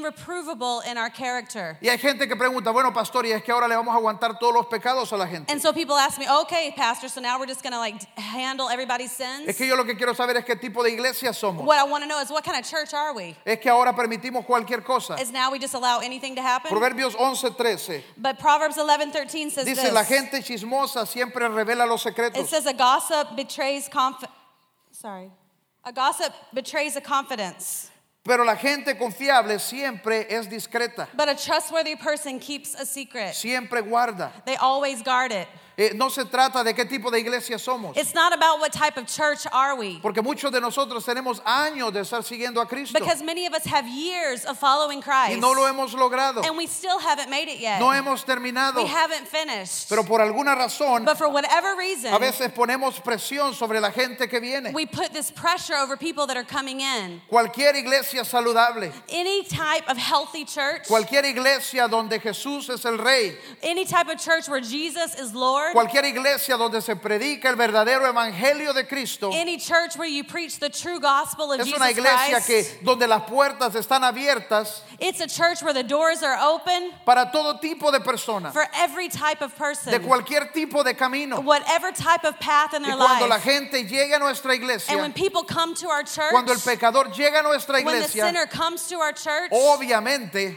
S2: irreprovable in our character.
S1: Y hay gente que pregunta, bueno, pastor, y es que ahora le vamos a aguantar todos los pecados a la gente.
S2: And so people ask me, okay, Pastor, so now we're just going to like handle everybody's
S1: Es
S2: sins?
S1: que yo lo que quiero saber es qué tipo de iglesia somos.
S2: What I want to know is what kind of church are we?
S1: Es que ahora permitimos cualquier cosa.
S2: Is now we just allow anything to happen?
S1: Proverbios 11:13
S2: But Proverbs 11:13 says
S1: dice,
S2: this.
S1: la gente chismosa siempre revela los
S2: It
S1: secretos.
S2: says a gossip betrays conf Sorry. A gossip betrays a confidence,
S1: Pero la gente confiable siempre es discreta,
S2: but a trustworthy person keeps a secret.
S1: siempre guarda.
S2: They always guard it.
S1: Eh, no se trata de qué tipo de iglesia somos,
S2: It's not about what type of church are we?
S1: porque muchos de nosotros tenemos años de estar siguiendo a Cristo
S2: Because many of us have years of following
S1: y
S2: Christ
S1: no lo hemos logrado,
S2: and we still haven't made it yet.
S1: no hemos terminado,
S2: We haven't finished.
S1: pero por alguna razón
S2: But for whatever reason,
S1: a veces ponemos presión sobre la gente que viene.
S2: we put this pressure over people that are coming in.
S1: Cualquier iglesia saludable,
S2: Any type of healthy church,
S1: cualquier iglesia donde Jesús es el rey,
S2: any type of church where Jesus is Lord,
S1: Cualquier iglesia donde se predica el verdadero evangelio de Cristo
S2: any church where you preach the true gospel of
S1: es
S2: Jesus
S1: una iglesia
S2: Christ.
S1: que donde las puertas están abiertas
S2: It's a church where the doors are open
S1: para todo tipo de personas,
S2: for every type of person,
S1: de cualquier tipo de camino.
S2: whatever type of path in
S1: Y
S2: their
S1: cuando la
S2: life.
S1: gente llega a nuestra
S2: and when
S1: iglesia,
S2: people come to our church,
S1: cuando el pecador llega a nuestra
S2: when the
S1: iglesia,
S2: sinner comes to our church,
S1: obviamente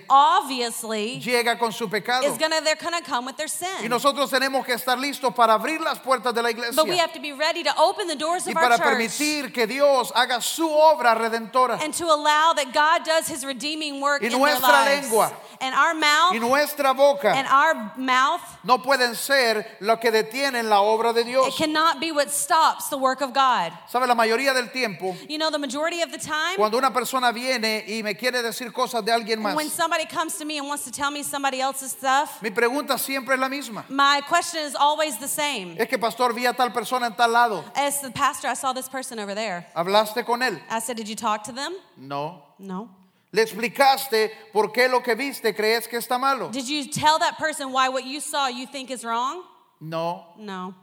S2: obviously
S1: llega con su pecado.
S2: is gonna they're gonna come with their
S1: Y
S2: sin.
S1: nosotros tenemos que estar listos para abrir las puertas de la
S2: but we
S1: iglesia
S2: have to be ready to open the doors
S1: y
S2: of our
S1: para
S2: church
S1: permitir que Dios haga su obra redentora.
S2: and to allow that God does His redeeming work
S1: Y
S2: in their
S1: nuestra
S2: lives
S1: lengua.
S2: and our mouth
S1: y nuestra boca
S2: and our mouth
S1: no pueden ser lo que detienen la obra de
S2: it
S1: Dios.
S2: cannot be what stops the work of God.
S1: ¿Sabe? La mayoría del tiempo,
S2: You know, the majority of the time,
S1: cuando una persona viene y me quiere decir cosas de alguien más,
S2: when somebody comes to me and wants to tell me somebody else's stuff,
S1: mi pregunta siempre es la misma.
S2: my question is always the same.
S1: Es que, pastor, vi a tal persona en tal lado.
S2: As the pastor, I saw this person over there.
S1: ¿Hablaste con él?
S2: I said, Did you talk to them?
S1: No.
S2: No.
S1: ¿Le explicaste por qué lo que viste crees que está malo?
S2: Did you tell that person why what you saw you think is wrong?
S1: No.
S2: No.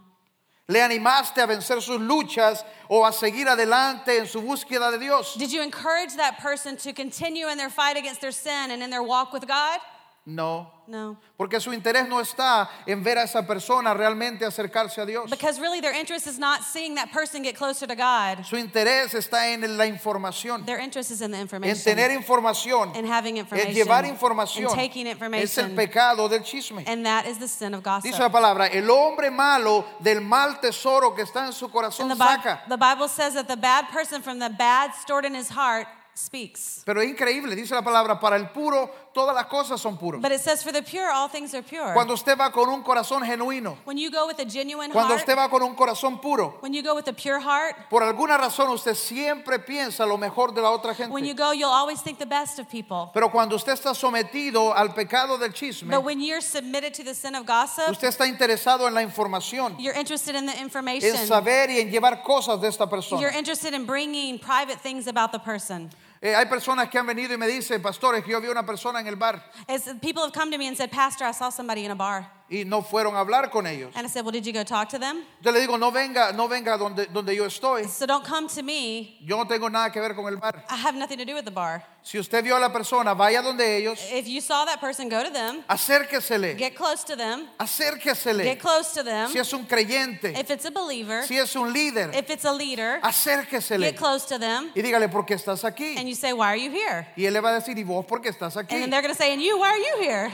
S1: ¿Le animaste a vencer sus luchas o a seguir adelante en su búsqueda de Dios?
S2: Did you encourage that person to continue in their fight against their sin and in their walk with God?
S1: No.
S2: No.
S1: Porque su interés no está en ver a esa persona realmente acercarse a Dios.
S2: Because really, their interest is not seeing that person get closer to God.
S1: Su interés está en la información,
S2: Their interest is in the
S1: en tener
S2: information
S1: información,
S2: and having
S1: en llevar
S2: information and
S1: información.
S2: taking
S1: Es el
S2: information.
S1: pecado del chisme.
S2: And that is the sin of gossip.
S1: Dice la palabra, el hombre malo del mal tesoro que está en su
S2: And
S1: corazón
S2: the, Bi-
S1: saca.
S2: the Bible says that the bad person from the bad stored in his heart speaks.
S1: Pero es increíble, dice la palabra, para el puro todas las cosas son puras.
S2: But it says, for the pure, all things are pure.
S1: Cuando usted va con un corazón genuino,
S2: when you go with a genuine
S1: cuando
S2: heart,
S1: usted va con un corazón puro,
S2: when you go with a pure heart,
S1: por alguna razón usted siempre piensa lo mejor de la otra
S2: when you
S1: gente.
S2: go, you'll always think the best of people.
S1: Pero cuando usted está sometido al pecado del chisme,
S2: But when you're submitted to the sin of gossip,
S1: usted está interesado en la información,
S2: you're interested in the information.
S1: en saber y en llevar cosas de esta
S2: You're
S1: persona.
S2: interested in bringing private things about the person.
S1: Eh, hay personas que han venido y me dicen, pastores, que yo vi una persona en el bar
S2: As people have come to me and said, Pastor, I saw somebody in a bar.
S1: y no fueron a hablar con ellos.
S2: And I said, Well, did you go talk to them?
S1: Yo le digo, no venga, no venga donde, donde yo estoy.
S2: So don't come to me.
S1: Yo no tengo nada que ver con el bar.
S2: I have nothing to do with the bar.
S1: Si usted vio a la persona, vaya donde ellos,
S2: If you saw that person, go to them,
S1: acérquesele,
S2: Eh, get close to them,
S1: acérquesele.
S2: get close to them.
S1: Si es un creyente,
S2: If it's a believer,
S1: si es un líder,
S2: if it's a leader,
S1: acérquesele
S2: get close to them
S1: y dígale, ¿por qué estás
S2: and
S1: aquí?
S2: you say, Why are you here?
S1: Y él le va a decir, ¿y vos por qué estás
S2: And
S1: aquí?
S2: then they're going to say, And you, why are you here?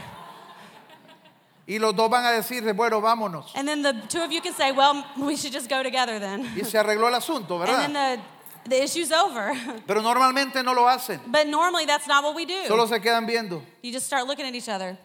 S1: Y los dos van a decir, bueno, vámonos.
S2: And then the two of you can say, Well, we should just go together then.
S1: Y se arregló el asunto,
S2: And
S1: ¿verdad?
S2: then the, the issue's over.
S1: Pero normalmente no lo hacen,
S2: But normally that's not what we do.
S1: solo se quedan viendo.
S2: You just start looking at each other.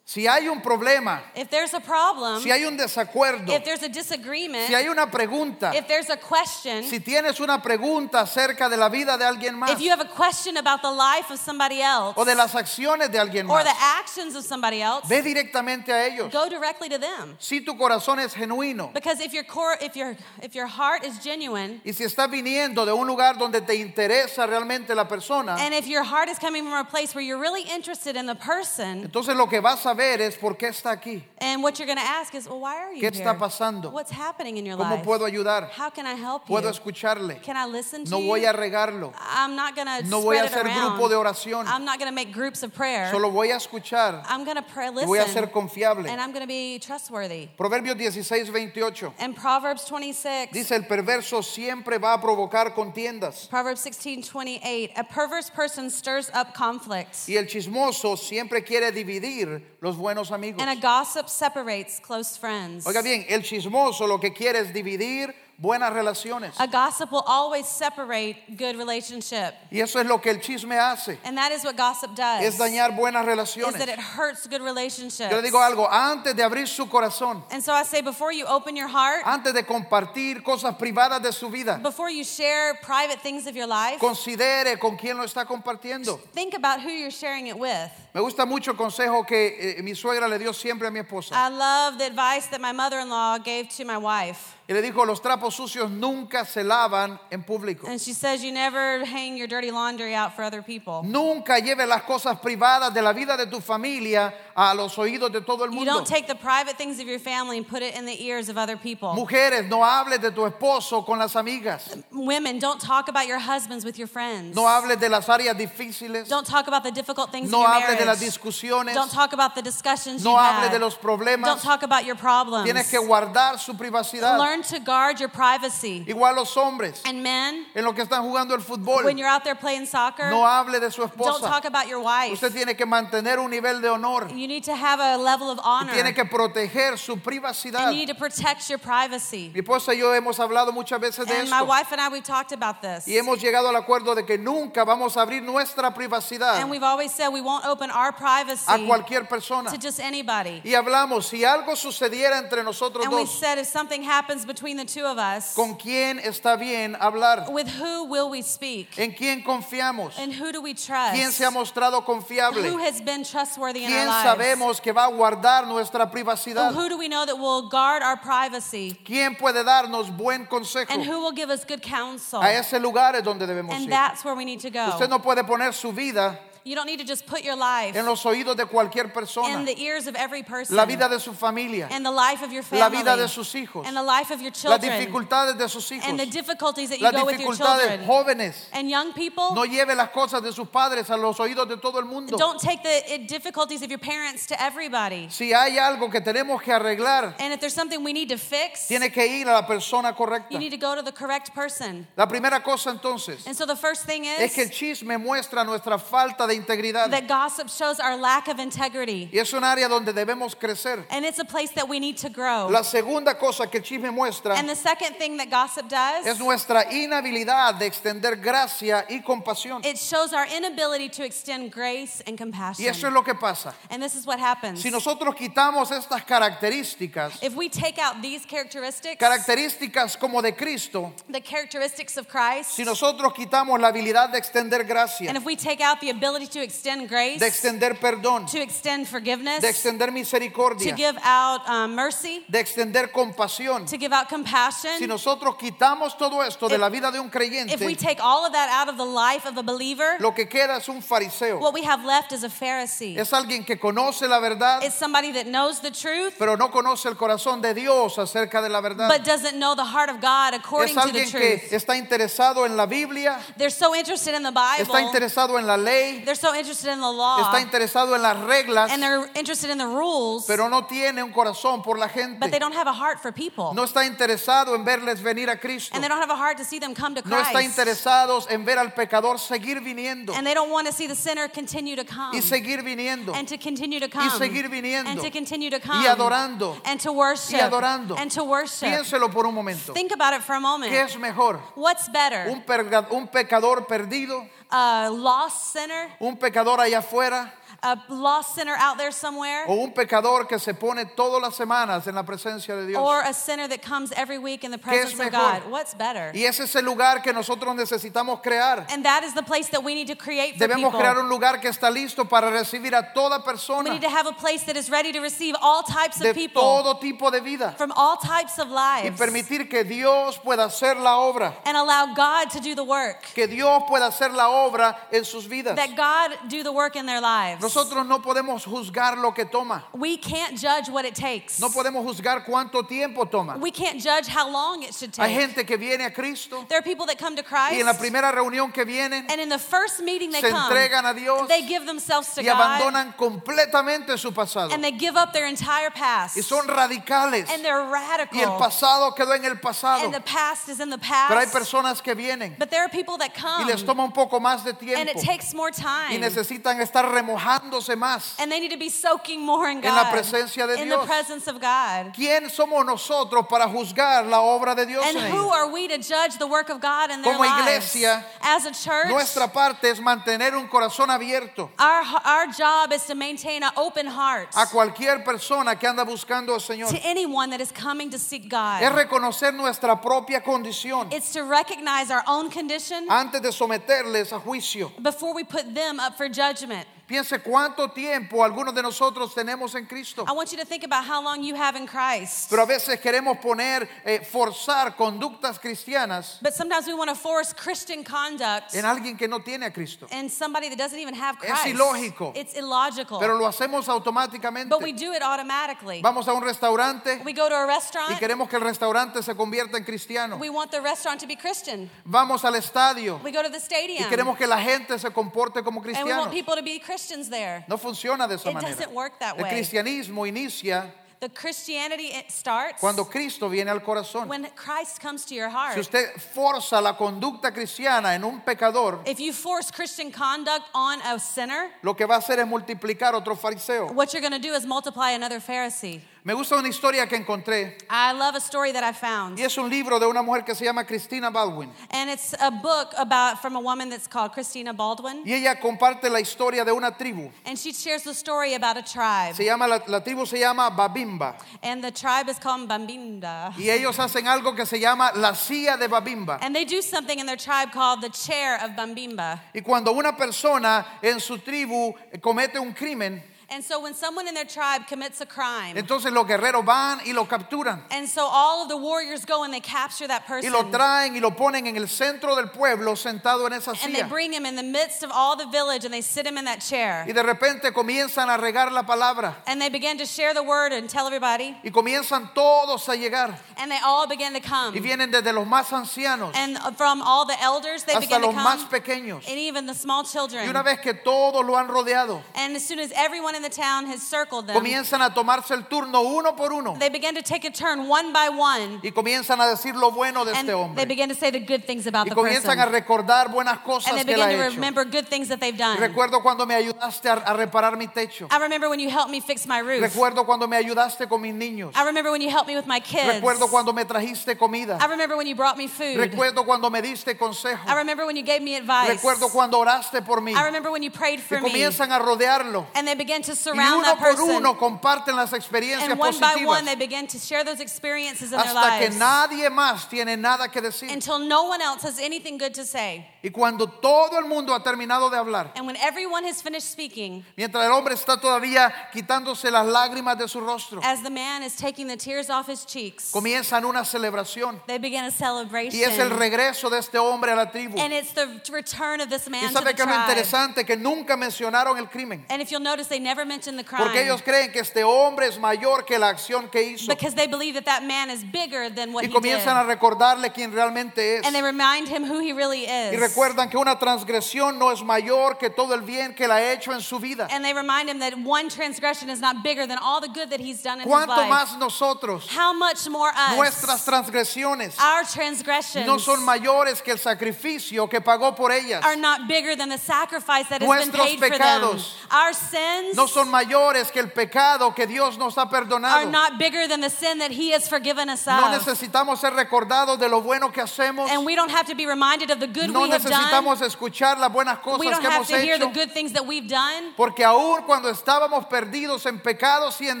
S1: Si hay un problema,
S2: If there's a problem,
S1: si hay un desacuerdo,
S2: Um, if there's a disagreement,
S1: si hay una pregunta,
S2: if there's a question,
S1: Si tienes una pregunta acerca de la vida de alguien más
S2: if you have a question about the life of somebody else
S1: o de las acciones de alguien
S2: or
S1: más,
S2: the actions of somebody else,
S1: ve directamente a ellos.
S2: go directly to them.
S1: Si tu corazón es genuino
S2: Because if your core, if your if your heart is genuine,
S1: y si estás viniendo de un lugar donde te interesa realmente la persona,
S2: and if your heart is coming from a place where you're really interested in the person,
S1: entonces lo que vas a ver es por qué está aquí,
S2: and what you're going to ask is, well, why are you
S1: qué
S2: here?
S1: está pasando,
S2: What's happening in your
S1: cómo
S2: life?
S1: puedo ayudar,
S2: How can I help
S1: puedo
S2: you?
S1: escucharle,
S2: Can I listen to
S1: no
S2: you?
S1: voy a regarlo,
S2: I'm not going to
S1: no voy a hacer
S2: spread it around.
S1: grupo de oración,
S2: I'm not going to make groups of prayer.
S1: solo voy a escuchar
S2: I'm going to pray
S1: y
S2: listen.
S1: voy a ser confiable.
S2: and I'm going to be trustworthy.
S1: Proverbios 16, 28.
S2: And Proverbs 26
S1: Dice el perverso siempre va a provocar contiendas
S2: Proverbs 16:28 A perverse person stirs up conflict
S1: y el chismoso siempre quiere dividir los buenos amigos.
S2: and a gossip separates close friends.
S1: Oiga bien, el chismoso lo que quiere es dividir buenas relaciones
S2: A gossip will always separate good relationship.
S1: y eso es lo que el chisme hace,
S2: And that is what gossip does.
S1: es dañar buenas
S2: is that
S1: relaciones.
S2: it hurts good relationships.
S1: Yo le digo algo, antes de abrir su corazón,
S2: and so I say before you open your heart,
S1: antes de compartir cosas privadas de su vida,
S2: before you share private things of your life,
S1: considere con quién lo está compartiendo.
S2: think about who you're sharing it with.
S1: Me gusta mucho el consejo que eh, mi suegra le dio siempre a mi esposa.
S2: I love the advice that my mother-in-law gave to my wife.
S1: Y le dijo, los trapos sucios nunca se lavan en público.
S2: And she says you never hang your dirty laundry out for other people.
S1: Nunca lleves las cosas privadas de la vida de tu familia a los oídos de todo el
S2: You
S1: mundo.
S2: don't take the private things of your family and put it in the ears of other people.
S1: Mujeres, no hables de tu esposo con las amigas.
S2: Women, don't talk about your husbands with your friends.
S1: No hables de las áreas difíciles.
S2: Don't talk about the difficult things in
S1: No
S2: your
S1: hables de las
S2: marriage.
S1: discusiones.
S2: Don't talk about the discussions
S1: No
S2: you've
S1: hables
S2: had.
S1: de los
S2: Don't
S1: problemas.
S2: talk about your problems.
S1: Tienes que guardar su privacidad.
S2: Learn to guard your privacy.
S1: Igual los hombres,
S2: And men,
S1: en los que están jugando el fútbol,
S2: when you're out there playing soccer,
S1: no hable de su
S2: don't
S1: esposa.
S2: talk about your wife.
S1: Usted tiene que mantener un nivel de honor.
S2: You You need to have a level of honor.
S1: Tiene que proteger su
S2: and
S1: privacidad.
S2: you
S1: Mi
S2: need to protect your privacy.
S1: esposa y yo hemos hablado muchas veces de
S2: And my
S1: esto.
S2: wife and I, we've talked about this.
S1: Y hemos llegado al acuerdo de que nunca vamos a abrir nuestra privacidad
S2: And we've always said we won't open our
S1: a
S2: privacy
S1: cualquier persona.
S2: to just anybody.
S1: Y hablamos, si algo sucediera entre nosotros
S2: And we
S1: dos,
S2: said if something happens between the two of us,
S1: ¿con quién está bien hablar?
S2: with who will we speak?
S1: ¿En quién confiamos?
S2: And who do we
S1: Eh, ¿Quién se ha
S2: trust?
S1: mostrado confiable?
S2: Who has been trustworthy in our
S1: ¿Quién
S2: lives?
S1: sabemos que va a guardar nuestra privacidad?
S2: Who do we know that will guard our privacy?
S1: ¿Quién puede darnos buen consejo?
S2: And who will give us good counsel?
S1: A ese lugar es donde debemos
S2: And
S1: ir.
S2: that's where we need to go.
S1: Usted no puede poner su vida
S2: You don't need to just put your life
S1: en los oídos de cualquier persona.
S2: in the ears of every person.
S1: La vida de su familia,
S2: and the life of your
S1: la
S2: family.
S1: vida de sus hijos,
S2: and the life of your
S1: las
S2: children.
S1: dificultades de sus hijos,
S2: And the difficulties that you
S1: las
S2: go with your
S1: dificultades
S2: children.
S1: jóvenes.
S2: And young people,
S1: No lleve las cosas de sus padres a los oídos de todo el mundo.
S2: don't take the eh, difficulties of your parents to everybody.
S1: Si hay algo que tenemos que arreglar,
S2: And if there's something we need to fix,
S1: tiene que ir a la persona correcta.
S2: you need to go to the correct person.
S1: La primera cosa entonces
S2: And so the first thing
S1: es que el
S2: is
S1: chisme muestra nuestra falta de integridad.
S2: that gossip shows our lack of integrity.
S1: Y es un área donde debemos crecer.
S2: And it's a place that we need to grow.
S1: La segunda cosa que el chisme muestra
S2: And the second thing that gossip
S1: es
S2: does,
S1: nuestra inhabilidad de extender gracia y compasión.
S2: it shows our inability to extend grace and
S1: Y eso es
S2: compassion.
S1: lo que pasa.
S2: And this is what happens.
S1: Si nosotros quitamos estas características,
S2: If we take out these characteristics,
S1: características como de Cristo,
S2: the characteristics of Christ,
S1: si nosotros quitamos la habilidad de extender gracia,
S2: and if we take out the ability to extend grace,
S1: de extender perdón,
S2: to extend forgiveness,
S1: de extender
S2: to
S1: misericordia,
S2: give out um, mercy,
S1: de extender compasión.
S2: to give out compassion,
S1: Si nosotros quitamos todo esto de
S2: If-
S1: la vida de un
S2: if we
S1: creyente,
S2: take all of that out of the life of a believer,
S1: lo que queda es un fariseo.
S2: what we have left is a Pharisee.
S1: Es alguien que conoce la verdad,
S2: It's somebody that knows the truth,
S1: pero no conoce el corazón de Dios acerca de la verdad.
S2: but doesn't know the heart of God according
S1: Es
S2: to the
S1: alguien que
S2: truth.
S1: está interesado en la Biblia,
S2: They're so interested in the Bible,
S1: está interesado en la ley,
S2: they're so interested in the law,
S1: está interesado en las reglas,
S2: and they're interested in the rules,
S1: pero no tiene un corazón por la
S2: but they
S1: gente.
S2: don't have a heart for people.
S1: No está interesado en verles venir a Cristo.
S2: And they don't have a heart to see them come to
S1: No está
S2: Christ.
S1: interesados en ver al pecador seguir viniendo
S2: and they don't want to see the sinner continue to come.
S1: y seguir viniendo
S2: and to continue to come.
S1: seguir viniendo.
S2: And to continue to come.
S1: Y adorando.
S2: And to worship.
S1: Y adorando.
S2: And to worship.
S1: Piénselo por un momento.
S2: Think about it for a moment.
S1: ¿Qué es mejor?
S2: What's better?
S1: ¿Un, perga- un pecador perdido?
S2: A lost sinner?
S1: ¿Un pecador allá afuera?
S2: A lost sinner out there somewhere?
S1: ¿O un pecador que se pone todas las semanas en la presencia de Dios?
S2: Or a sinner that comes every week in the
S1: es
S2: presence of
S1: mejor?
S2: God? What's better?
S1: Y ese es el lugar que nosotros necesitamos crear.
S2: And that is the place that we need to create for
S1: Debemos
S2: people.
S1: crear un lugar que está listo para recibir a toda
S2: we
S1: persona
S2: need to have a place that is ready to receive all types of
S1: de
S2: people
S1: todo tipo de vida
S2: from all types of
S1: y
S2: lives.
S1: permitir que Dios pueda hacer la obra,
S2: and allow God to do the work.
S1: que Dios pueda hacer la obra en sus vidas.
S2: That God do the work in their lives.
S1: Nosotros no podemos juzgar lo que toma,
S2: we can't judge what it takes.
S1: no podemos juzgar cuánto tiempo toma.
S2: we can't judge how long it should
S1: Hay
S2: take.
S1: gente que viene a Cristo
S2: there are people that come to Christ
S1: y en la primera reunión que vienen
S2: and in the first meeting they
S1: se
S2: come,
S1: entregan a Dios
S2: they give themselves to
S1: y
S2: God
S1: abandonan completamente su pasado
S2: and they give up their entire past.
S1: y son radicales
S2: and they're radical.
S1: y el pasado quedó en el pasado.
S2: and the past is in the past.
S1: Pero hay personas que vienen
S2: but there are people that
S1: y
S2: come
S1: les toma un poco más de
S2: and it
S1: tiempo
S2: takes more
S1: y
S2: time.
S1: necesitan estar remojándose más.
S2: and they need to be soaking more in
S1: En
S2: God.
S1: la presencia de
S2: in
S1: Dios.
S2: the presence of God.
S1: ¿Quién somos nosotros para juzgar la obra de Dios
S2: And
S1: en
S2: who
S1: ellos?
S2: are we to judge the work of God in their
S1: Como
S2: lives?
S1: iglesia,
S2: As a church,
S1: Nuestra parte es mantener un corazón abierto
S2: our, our job is to maintain an open heart
S1: a cualquier persona que anda buscando al Señor.
S2: to anyone that is coming to seek
S1: Es
S2: God.
S1: reconocer nuestra propia condición
S2: It's to recognize our own condition
S1: antes de someterles a juicio.
S2: before we put them up for judgment.
S1: Piense cuánto tiempo algunos de nosotros tenemos en Cristo.
S2: I want you to think about how long you have in Christ.
S1: Pero a veces queremos poner, eh, forzar conductas cristianas
S2: But sometimes we want to force Christian conduct
S1: en alguien que no tiene a Cristo.
S2: in somebody that doesn't even have
S1: Es
S2: Christ.
S1: ilógico.
S2: It's illogical.
S1: Pero lo hacemos automáticamente.
S2: but we do it automatically.
S1: Vamos a un restaurante
S2: We go to a
S1: y
S2: restaurant.
S1: queremos que el restaurante se convierta en cristiano.
S2: We want the restaurant to be Christian.
S1: Vamos al estadio
S2: We go to the stadium.
S1: y queremos que la gente se comporte como
S2: And we want
S1: cristianos.
S2: people to be Christians there.
S1: No funciona de esa
S2: It
S1: manera.
S2: doesn't work that
S1: El
S2: way.
S1: cristianismo inicia
S2: The Christianity it starts
S1: cuando Cristo viene al corazón.
S2: when Christ comes to your heart.
S1: Si usted forza la conducta cristiana en un pecador,
S2: if you force Christian conduct on a sinner,
S1: lo que va a hacer es multiplicar otro fariseo.
S2: what you're going to do is multiply another Pharisee.
S1: Me gusta una historia que encontré
S2: I love a story that I found.
S1: y es un libro de una mujer que se llama Cristina Baldwin.
S2: And it's a book about from a woman that's called Christina Baldwin.
S1: Y ella comparte la historia de una tribu.
S2: And she shares the story about a tribe.
S1: Se llama, la, la tribu se llama Babimba.
S2: And the tribe is called Bambinda.
S1: Y ellos hacen algo que se llama la silla de Babimba.
S2: And they do something in their tribe called the chair of Bambimba.
S1: Y cuando una persona en su tribu comete un crimen,
S2: And so when someone in their tribe commits a crime,
S1: entonces los guerreros van y lo capturan.
S2: and so all of the warriors go and they capture that
S1: Y
S2: person.
S1: lo traen y lo ponen en el centro del pueblo sentado en esa
S2: And they
S1: silla.
S2: bring him in the midst of all the village and they sit him in that chair.
S1: Y de repente comienzan a regar la palabra.
S2: And they begin to share the word and tell everybody.
S1: Y comienzan todos a llegar.
S2: And they all begin to come.
S1: Y vienen desde los más ancianos
S2: Em, And uh, from all the elders, they
S1: hasta
S2: begin to
S1: los más
S2: come.
S1: pequeños.
S2: And even the small
S1: Y
S2: children.
S1: una vez que todos lo han rodeado,
S2: And as soon as everyone in the town has circled them,
S1: comienzan a tomarse el turno uno por uno.
S2: they begin to take a turn one by one.
S1: Y comienzan a decir lo bueno de este
S2: And they
S1: hombre.
S2: begin to say the good things about
S1: Y
S2: the
S1: comienzan
S2: person.
S1: a recordar buenas cosas
S2: And they
S1: que él
S2: begin
S1: ha
S2: to
S1: hecho.
S2: remember good things that they've done.
S1: Recuerdo cuando me ayudaste a, a reparar mi techo.
S2: I remember when you helped me fix my roof.
S1: Recuerdo cuando me ayudaste con mis niños.
S2: I remember when you helped me with my kids.
S1: Recuerdo cuando me trajiste comida.
S2: I remember when you brought me food.
S1: Recuerdo cuando me diste consejo.
S2: I remember when you gave me advice.
S1: Recuerdo cuando oraste por mí.
S2: I remember when you prayed
S1: Y
S2: for me.
S1: comienzan a rodearlo.
S2: And they begin to
S1: Y
S2: surround
S1: uno
S2: that
S1: por
S2: person.
S1: uno comparten las experiencias
S2: and one by
S1: positivas
S2: one, they begin to share those experiences in their
S1: hasta que
S2: lives
S1: nadie más tiene nada que decir.
S2: until no one else has anything good to say.
S1: Y cuando todo el mundo ha terminado de hablar,
S2: And when everyone has finished speaking,
S1: mientras el hombre está todavía quitándose las lágrimas de su rostro,
S2: as the man is taking the tears off his cheeks,
S1: comienzan una celebración.
S2: they begin a celebration.
S1: Y es el regreso de este hombre a la tribu.
S2: and it's the return of this
S1: Y
S2: man to the
S1: sabe que es lo
S2: tribe.
S1: interesante que nunca mencionaron el crimen.
S2: And if you'll notice, they never mention the crime
S1: Porque ellos creen que este hombre es mayor que la acción que hizo.
S2: because they believe that that man is bigger than what
S1: Y
S2: he did.
S1: comienzan a recordarle quién realmente es.
S2: And they remind him who he really is.
S1: Y recuerdan que una transgresión no es mayor que todo el bien que la ha hecho en su vida.
S2: and they remind him that one transgression is not bigger than all the good that he's done in his
S1: ¿Cuánto
S2: life.
S1: más nosotros,
S2: How much more us?
S1: nuestras transgresiones,
S2: our transgressions
S1: no son mayores que el sacrificio que pagó por ellas?
S2: are not bigger than the sacrifice that has been
S1: Nuestros
S2: paid
S1: pecados
S2: for them. Our sins
S1: No son mayores que el pecado que Dios nos ha
S2: are
S1: perdonado.
S2: not bigger than the sin that He has forgiven us
S1: No
S2: of.
S1: necesitamos ser recordados de lo bueno que hacemos.
S2: And we don't have to be reminded of the good
S1: No
S2: we have done.
S1: necesitamos escuchar las buenas
S2: We
S1: cosas
S2: don't
S1: que
S2: have
S1: hemos
S2: to hear the
S1: hecho.
S2: good things that we've done.
S1: Porque aun cuando estábamos perdidos en pecados y en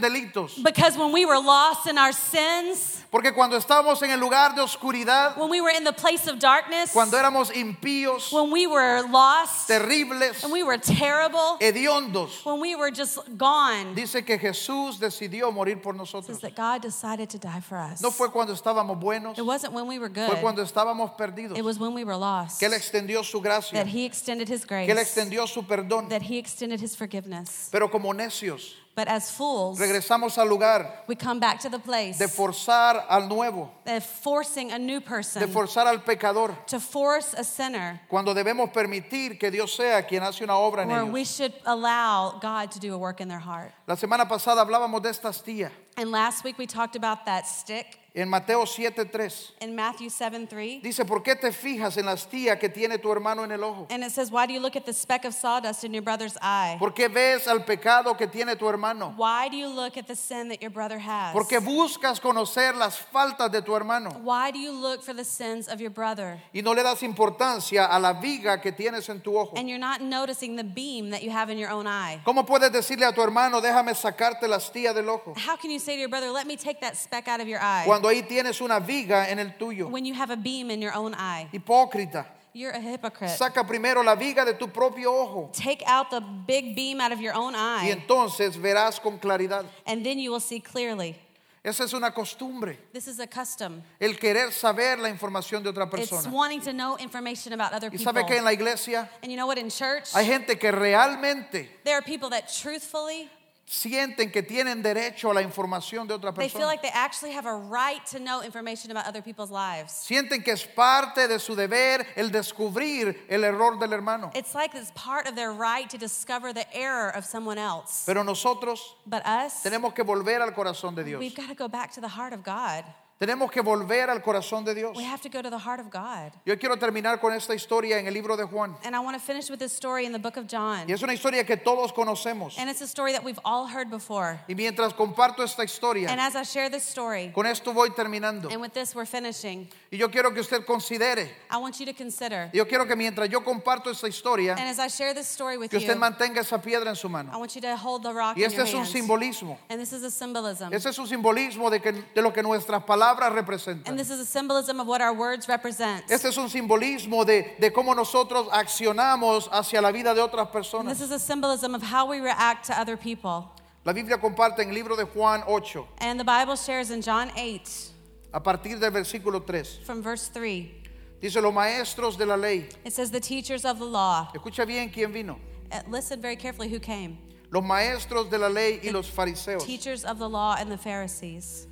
S1: delitos,
S2: Because when we were lost in our sins,
S1: porque cuando estábamos en el lugar de oscuridad,
S2: when we were in the place of darkness,
S1: cuando éramos impíos,
S2: when we were lost,
S1: terribles,
S2: and we were
S1: Eh.
S2: terrible,
S1: hediondos,
S2: when we were just gone,
S1: dice que Jesús decidió morir por
S2: says
S1: nosotros.
S2: that God decided to die for us.
S1: No fue cuando estábamos buenos,
S2: It wasn't when we were good.
S1: fue cuando estábamos perdidos
S2: It was when we were lost
S1: que Él extendió su
S2: that
S1: gracia,
S2: he extended his grace,
S1: que Él extendió su perdón.
S2: that he extended his forgiveness.
S1: Pero como necios,
S2: But as fools,
S1: regresamos al lugar
S2: we come back to the place
S1: de forzar al nuevo,
S2: of forcing a new
S1: de
S2: person
S1: forzar al pecador.
S2: to force a sinner
S1: Cuando debemos permitir que Dios sea quien hace una obra en
S2: where
S1: ellos.
S2: we should allow God to do a work in their heart.
S1: La semana pasada hablábamos de esta astilla
S2: And last week we talked about that stick
S1: en Mateo 7:3.
S2: in Matthew 7 3.
S1: Dice, ¿por qué te fijas en la astilla que tiene tu hermano en el ojo?
S2: And it says, Why do you look at the speck of sawdust in your brother's eye?
S1: ¿Por qué ves al pecado que tiene tu hermano?
S2: Why do you look at the sin that your brother has?
S1: ¿Por qué buscas conocer las faltas de tu hermano?
S2: Why do you look for the sins of your brother?
S1: Y no le das importancia a la viga que tienes en tu ojo.
S2: And you're not noticing the beam that you have in your own eye.
S1: ¿Cómo puedes decirle a tu hermano, déjame sacarte la astilla del ojo?
S2: How can you say to your brother, Let me take that speck out of your eye?
S1: Cuando ahí tienes una viga en el tuyo.
S2: when you have a beam in your own eye.
S1: Hipócrita,
S2: You're a hypocrite.
S1: saca primero la viga de tu propio ojo
S2: Take out the big beam out of your own
S1: y
S2: eye,
S1: entonces verás con claridad.
S2: and then you will see clearly.
S1: Esa es una costumbre.
S2: This is a custom.
S1: El querer saber la información de otra
S2: It's
S1: persona.
S2: wanting to know information about other
S1: Y
S2: people.
S1: sabe que en la iglesia
S2: And you know what? In church,
S1: hay gente que realmente
S2: there are people that truthfully
S1: sienten que tienen derecho a la información de otra
S2: They feel
S1: persona.
S2: like they actually have a right to know information about other people's lives.
S1: Sienten que es parte de su deber el descubrir el error del hermano.
S2: It's like it's part of their right to discover the error of someone else.
S1: Pero nosotros
S2: But us,
S1: tenemos que volver al corazón de Dios.
S2: we've got to go back to the heart of God.
S1: Tenemos que volver al corazón de Dios.
S2: We have to go to the heart of God.
S1: Yo quiero terminar con esta historia en el libro de Juan.
S2: And I want to finish with this story in the book of John.
S1: Y es una historia que todos conocemos.
S2: And it's a story that we've all heard before.
S1: Y mientras comparto esta
S2: And
S1: historia,
S2: as I share this story,
S1: con esto voy terminando.
S2: and with this we're finishing,
S1: Y yo quiero que usted considere,
S2: I want you to consider,
S1: yo quiero que mientras yo comparto esta
S2: and
S1: historia,
S2: as I share this story with
S1: que usted
S2: you,
S1: mantenga esa piedra en su
S2: I
S1: mano.
S2: want you to hold the rock
S1: Y
S2: in
S1: este
S2: your
S1: es un
S2: hands.
S1: simbolismo.
S2: And this is a symbolism.
S1: Ese es un simbolismo de, que- de lo que nuestras palabras representan.
S2: And this is a symbolism of what our words represent.
S1: Este es un simbolismo de, de cómo nosotros accionamos hacia la vida de otras
S2: And this
S1: personas.
S2: is a symbolism of how we react to other people.
S1: La Biblia comparte en el libro de Juan 8,
S2: And the Bible shares in John 8,
S1: a partir del versículo 3.
S2: from verse 3,
S1: Dice, los maestros de la ley,
S2: it says, The teachers of the law.
S1: escucha bien quién vino,
S2: Uh, Listen very carefully who came.
S1: los maestros de la ley y los fariseos
S2: Teachers of the law and the Pharisees.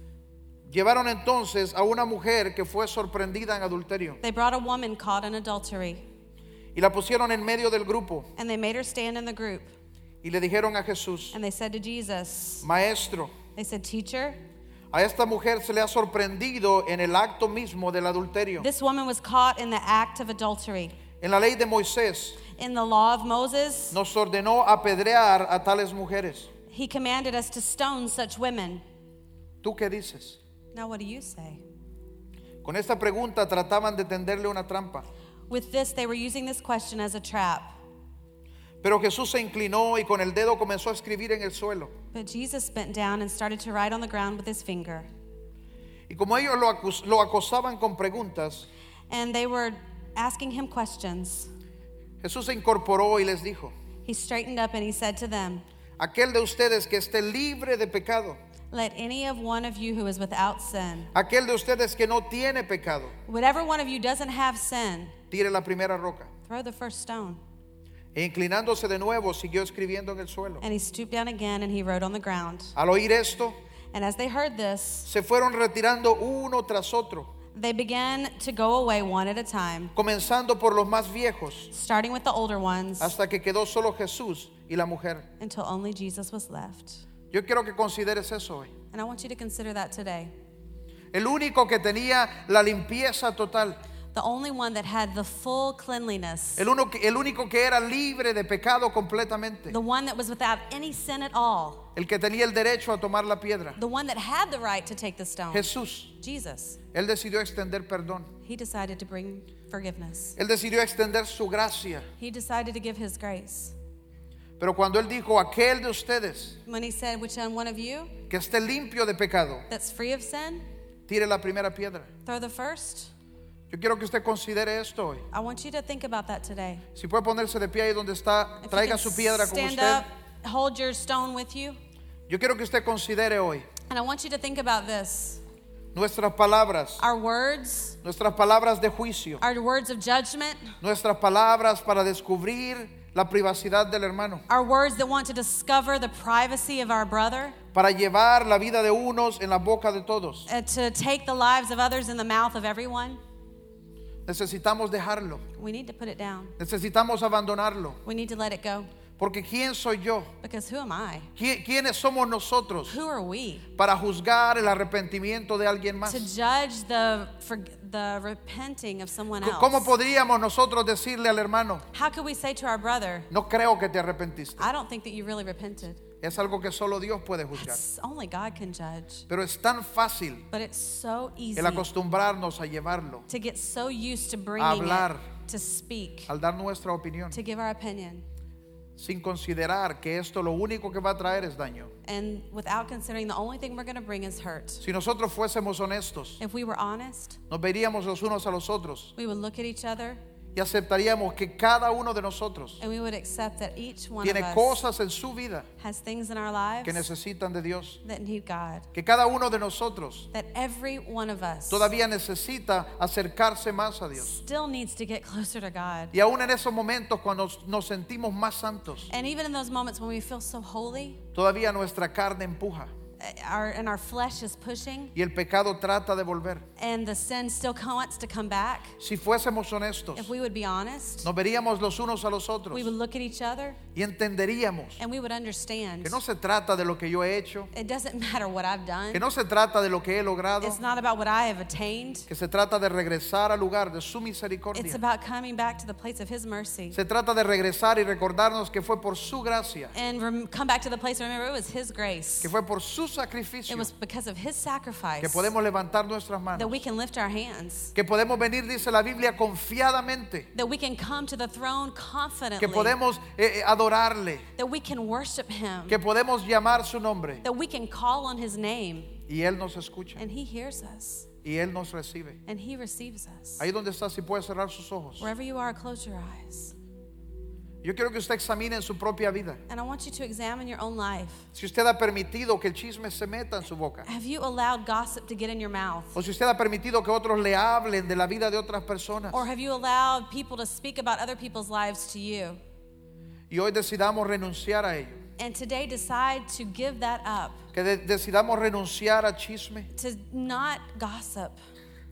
S1: llevaron entonces a una mujer que fue sorprendida en adulterio
S2: They brought a woman caught in adultery,
S1: y la pusieron en medio del grupo
S2: and they made her stand in the group.
S1: y le dijeron a Jesús,
S2: And they said to Jesus,
S1: maestro,
S2: They said, Teacher,
S1: a esta mujer se le ha sorprendido en el acto mismo del adulterio.
S2: this woman was caught in the act of adultery.
S1: En la ley de Moisés
S2: In the law of Moses,
S1: nos ordenó apedrear a tales mujeres.
S2: he commanded us to stone such women.
S1: ¿Tú qué dices?
S2: Now, what do you say?
S1: Con esta pregunta trataban de tenderle una trampa.
S2: With this, they were using this question as a trap.
S1: Pero Jesús se inclinó y con el dedo comenzó a escribir en el suelo.
S2: But Jesus bent down and started to write on the ground with his finger.
S1: Y como ellos lo, acus- lo acosaban con preguntas,
S2: And they were asking him questions.
S1: Jesús se incorporó y les dijo,
S2: He straightened up and he said to them,
S1: aquel de ustedes que esté libre de pecado,
S2: Let any of one of you who is without sin,
S1: aquel de ustedes que no tiene pecado,
S2: whatever one of you doesn't have sin,
S1: tire la primera roca.
S2: throw the first stone.
S1: E inclinándose de nuevo, siguió escribiendo en el suelo.
S2: And he stooped down again and he wrote on the ground.
S1: Al oír esto,
S2: And as they heard this,
S1: se fueron retirando uno tras otro,
S2: they began to go away one at a time,
S1: comenzando por los más viejos,
S2: starting with the older ones,
S1: hasta que quedó solo Jesús y la mujer.
S2: until only Jesus was left.
S1: Yo quiero que consideres eso hoy.
S2: And I want you to consider that today.
S1: El único que tenía la limpieza total,
S2: The only one that had the full cleanliness,
S1: el, uno que- el único que era libre de pecado completamente,
S2: the one that was without any sin at all,
S1: el que tenía el derecho a tomar la piedra,
S2: the one that had the right to take the stone,
S1: Jesús.
S2: Jesus.
S1: Él decidió extender perdón.
S2: He decided to bring forgiveness.
S1: Él decidió extender su gracia.
S2: He decided to give his grace.
S1: Pero cuando él dijo, aquel de ustedes
S2: When he said, Which one of you
S1: que esté limpio de pecado,
S2: that's free of sin,
S1: tire la primera piedra.
S2: throw the first?
S1: Yo quiero que usted considere esto hoy.
S2: I want you to think about that today.
S1: Si puede ponerse de pie ahí donde está,
S2: If you
S1: traiga
S2: can
S1: su piedra con
S2: stand
S1: usted.
S2: up, hold your stone with you.
S1: Yo quiero que usted considere hoy
S2: And I want you to think about this.
S1: nuestras palabras,
S2: Our words,
S1: nuestras palabras de juicio,
S2: our words of judgment,
S1: nuestras palabras para descubrir la privacidad del hermano,
S2: our words that want to discover the privacy of our brother,
S1: para llevar la vida de unos en la boca de todos.
S2: uh, to take the lives of others in the mouth of everyone.
S1: Necesitamos dejarlo,
S2: We need to put it down.
S1: necesitamos abandonarlo,
S2: We need to let it go.
S1: porque ¿quién soy yo?
S2: Because who am I?
S1: ¿Qui- ¿Quiénes somos nosotros
S2: Who are we
S1: para juzgar el arrepentimiento de alguien más?
S2: to judge the for, the repenting of someone
S1: C-
S2: else?
S1: ¿Cómo podríamos nosotros decirle al hermano,
S2: How could we say to our brother,
S1: no creo que te arrepentiste?
S2: I don't think that you really repented?
S1: Es algo que solo Dios puede juzgar.
S2: That's only God can judge.
S1: Pero es tan fácil
S2: But it's so easy
S1: el acostumbrarnos a llevarlo,
S2: to get so used to bringing
S1: hablar.
S2: it, to speak,
S1: al dar nuestra opinión,
S2: to give our opinion,
S1: sin considerar que esto lo único que va a traer es daño.
S2: and without considering the only thing we're going to bring is hurt.
S1: Si nosotros fuésemos honestos,
S2: If we were honest,
S1: nos veríamos los unos a los otros
S2: we would look at each other
S1: y aceptaríamos que cada uno de nosotros
S2: And we would accept that each one of
S1: tiene
S2: us
S1: cosas en su vida
S2: has things in our
S1: que
S2: lives
S1: necesitan de Dios.
S2: that need God.
S1: Que cada uno de nosotros
S2: That every one of us
S1: todavía necesita acercarse más a Dios.
S2: still needs to get closer to God.
S1: Y aún en esos momentos cuando nos- nos sentimos más santos,
S2: And even in those moments when we feel so holy
S1: todavía nuestra carne empuja
S2: uh, our, and our flesh is pushing
S1: y el pecado trata de volver.
S2: and the sin still co- wants to come back,
S1: Si fuésemos honestos,
S2: if we would be honest,
S1: nos veríamos los unos a los otros
S2: we would look at each other
S1: y entenderíamos
S2: and we would understand
S1: que no se trata de lo que yo he hecho,
S2: it doesn't matter what I've done.
S1: que no se trata de lo que he logrado,
S2: It's not about what I have attained.
S1: que se trata de regresar al lugar de su
S2: It's
S1: misericordia.
S2: about coming back to the place of His mercy
S1: Se trata de regresar y recordarnos que fue por su gracia,
S2: and rem- come back to the place. Remember, it was His grace.
S1: que fue por su sacrificio
S2: It was because of His
S1: que
S2: sacrifice
S1: podemos levantar nuestras
S2: that
S1: manos,
S2: we can lift our hands,
S1: que podemos venir, dice la Biblia, confiadamente,
S2: that we can come to the throne confidently,
S1: que podemos eh, eh, adorarle,
S2: that we can worship Him,
S1: que podemos llamar su nombre
S2: that we can call on His name,
S1: y Él nos escucha
S2: and He hears us
S1: y Él nos recibe.
S2: and He receives us.
S1: Ahí donde está, si puede cerrar sus ojos.
S2: Wherever you are, close your eyes.
S1: Yo quiero que usted examine en su propia vida.
S2: And I want you to examine your own life.
S1: Si usted ha permitido que el chisme se meta en su boca,
S2: Have you allowed gossip to get in your mouth?
S1: o si usted ha permitido que otros le hablen de la vida de otras personas,
S2: Or have you allowed people to speak about other people's lives to you?
S1: y hoy decidamos renunciar a ello,
S2: And today decide to give that up,
S1: que de- decidamos renunciar a chisme,
S2: to not gossip,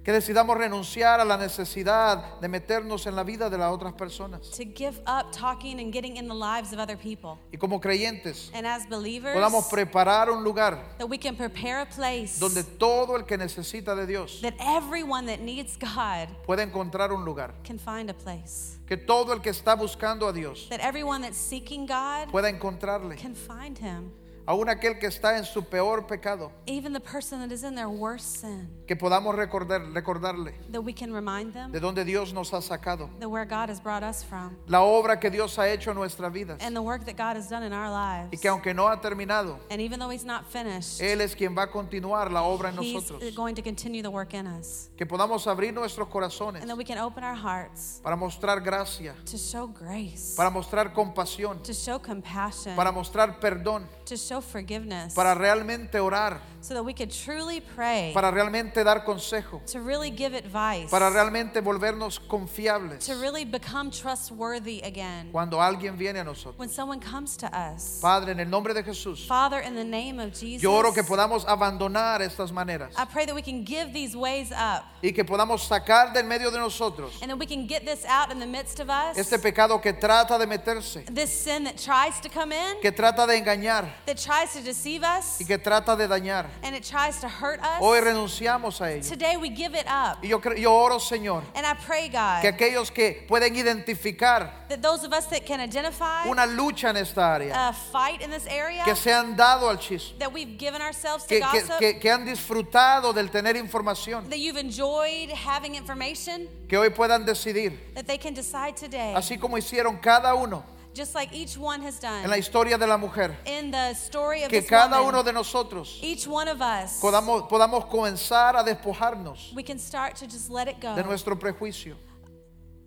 S1: que decidamos renunciar a la necesidad de meternos en la vida de las otras personas.
S2: to give up talking and getting in the lives of other people.
S1: Y como creyentes,
S2: And as believers,
S1: podamos preparar un lugar
S2: that we can prepare a place
S1: donde todo el que necesita de Dios
S2: that everyone that needs God
S1: pueda encontrar un lugar,
S2: can find a place,
S1: que todo el que está buscando a Dios
S2: that everyone that's seeking God
S1: pueda encontrarle,
S2: can find Him.
S1: aún aquel que está en su peor pecado.
S2: Even the person that is in their worst sin,
S1: que podamos recordar, recordarle
S2: that we can remind them
S1: de donde Dios nos ha sacado,
S2: that where God has brought us from
S1: la obra que Dios ha hecho en nuestras vidas
S2: and the work that God has done in our
S1: y
S2: lives.
S1: que aunque no ha terminado,
S2: And even though He's not finished,
S1: Él es quien va a continuar la obra en
S2: He's
S1: nosotros.
S2: going to continue the work in us.
S1: Que podamos abrir nuestros corazones
S2: And that we can open our hearts
S1: para mostrar gracia,
S2: to show grace,
S1: para mostrar compasión,
S2: to show compassion,
S1: para mostrar perdón,
S2: to show forgiveness,
S1: para realmente orar,
S2: so that we could truly pray,
S1: para realmente dar consejo,
S2: to really give advice,
S1: para realmente volvernos confiables
S2: to really become trustworthy again
S1: cuando alguien viene a nosotros.
S2: when someone comes to us.
S1: Padre, en el nombre de Jesús,
S2: Father, in the name of Jesus,
S1: yo oro que podamos abandonar estas maneras.
S2: I pray that we can give these ways up
S1: y que podamos sacar del medio de nosotros
S2: and that we can get this out in the midst of us.
S1: este pecado que trata de meterse,
S2: this sin that tries to come in,
S1: que trata de engañar
S2: that tries to deceive us,
S1: y que trata de dañar.
S2: and it tries to hurt us.
S1: Hoy renunciamos a ello.
S2: Today we give it up.
S1: Y yo, cre- yo oro, Señor,
S2: And I pray,
S1: que
S2: God,
S1: aquellos que pueden identificar
S2: that those of us that can identify
S1: una lucha en esta área,
S2: a fight in this area,
S1: que se han dado al chisme,
S2: that we've given ourselves to
S1: que, que-
S2: gossip,
S1: que- que han disfrutado del tener información,
S2: that you've enjoyed having information,
S1: que hoy puedan decidir,
S2: that they can decide today,
S1: así como hicieron cada uno
S2: just like each one has
S1: en la
S2: done
S1: historia de la mujer,
S2: in the story of
S1: que
S2: this
S1: cada
S2: woman,
S1: uno de nosotros
S2: each one of us,
S1: podamos, podamos comenzar a despojarnos
S2: we can start to just let it go,
S1: de nuestro prejuicio,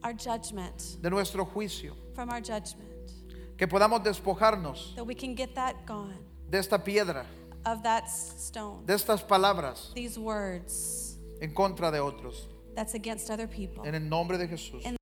S2: our judgment,
S1: de nuestro juicio,
S2: from our judgment,
S1: que podamos despojarnos
S2: that we can get that gone.
S1: de esta piedra,
S2: of that s- stone,
S1: de estas palabras
S2: these words
S1: en contra de otros,
S2: that's against other people.
S1: en el nombre de Jesús.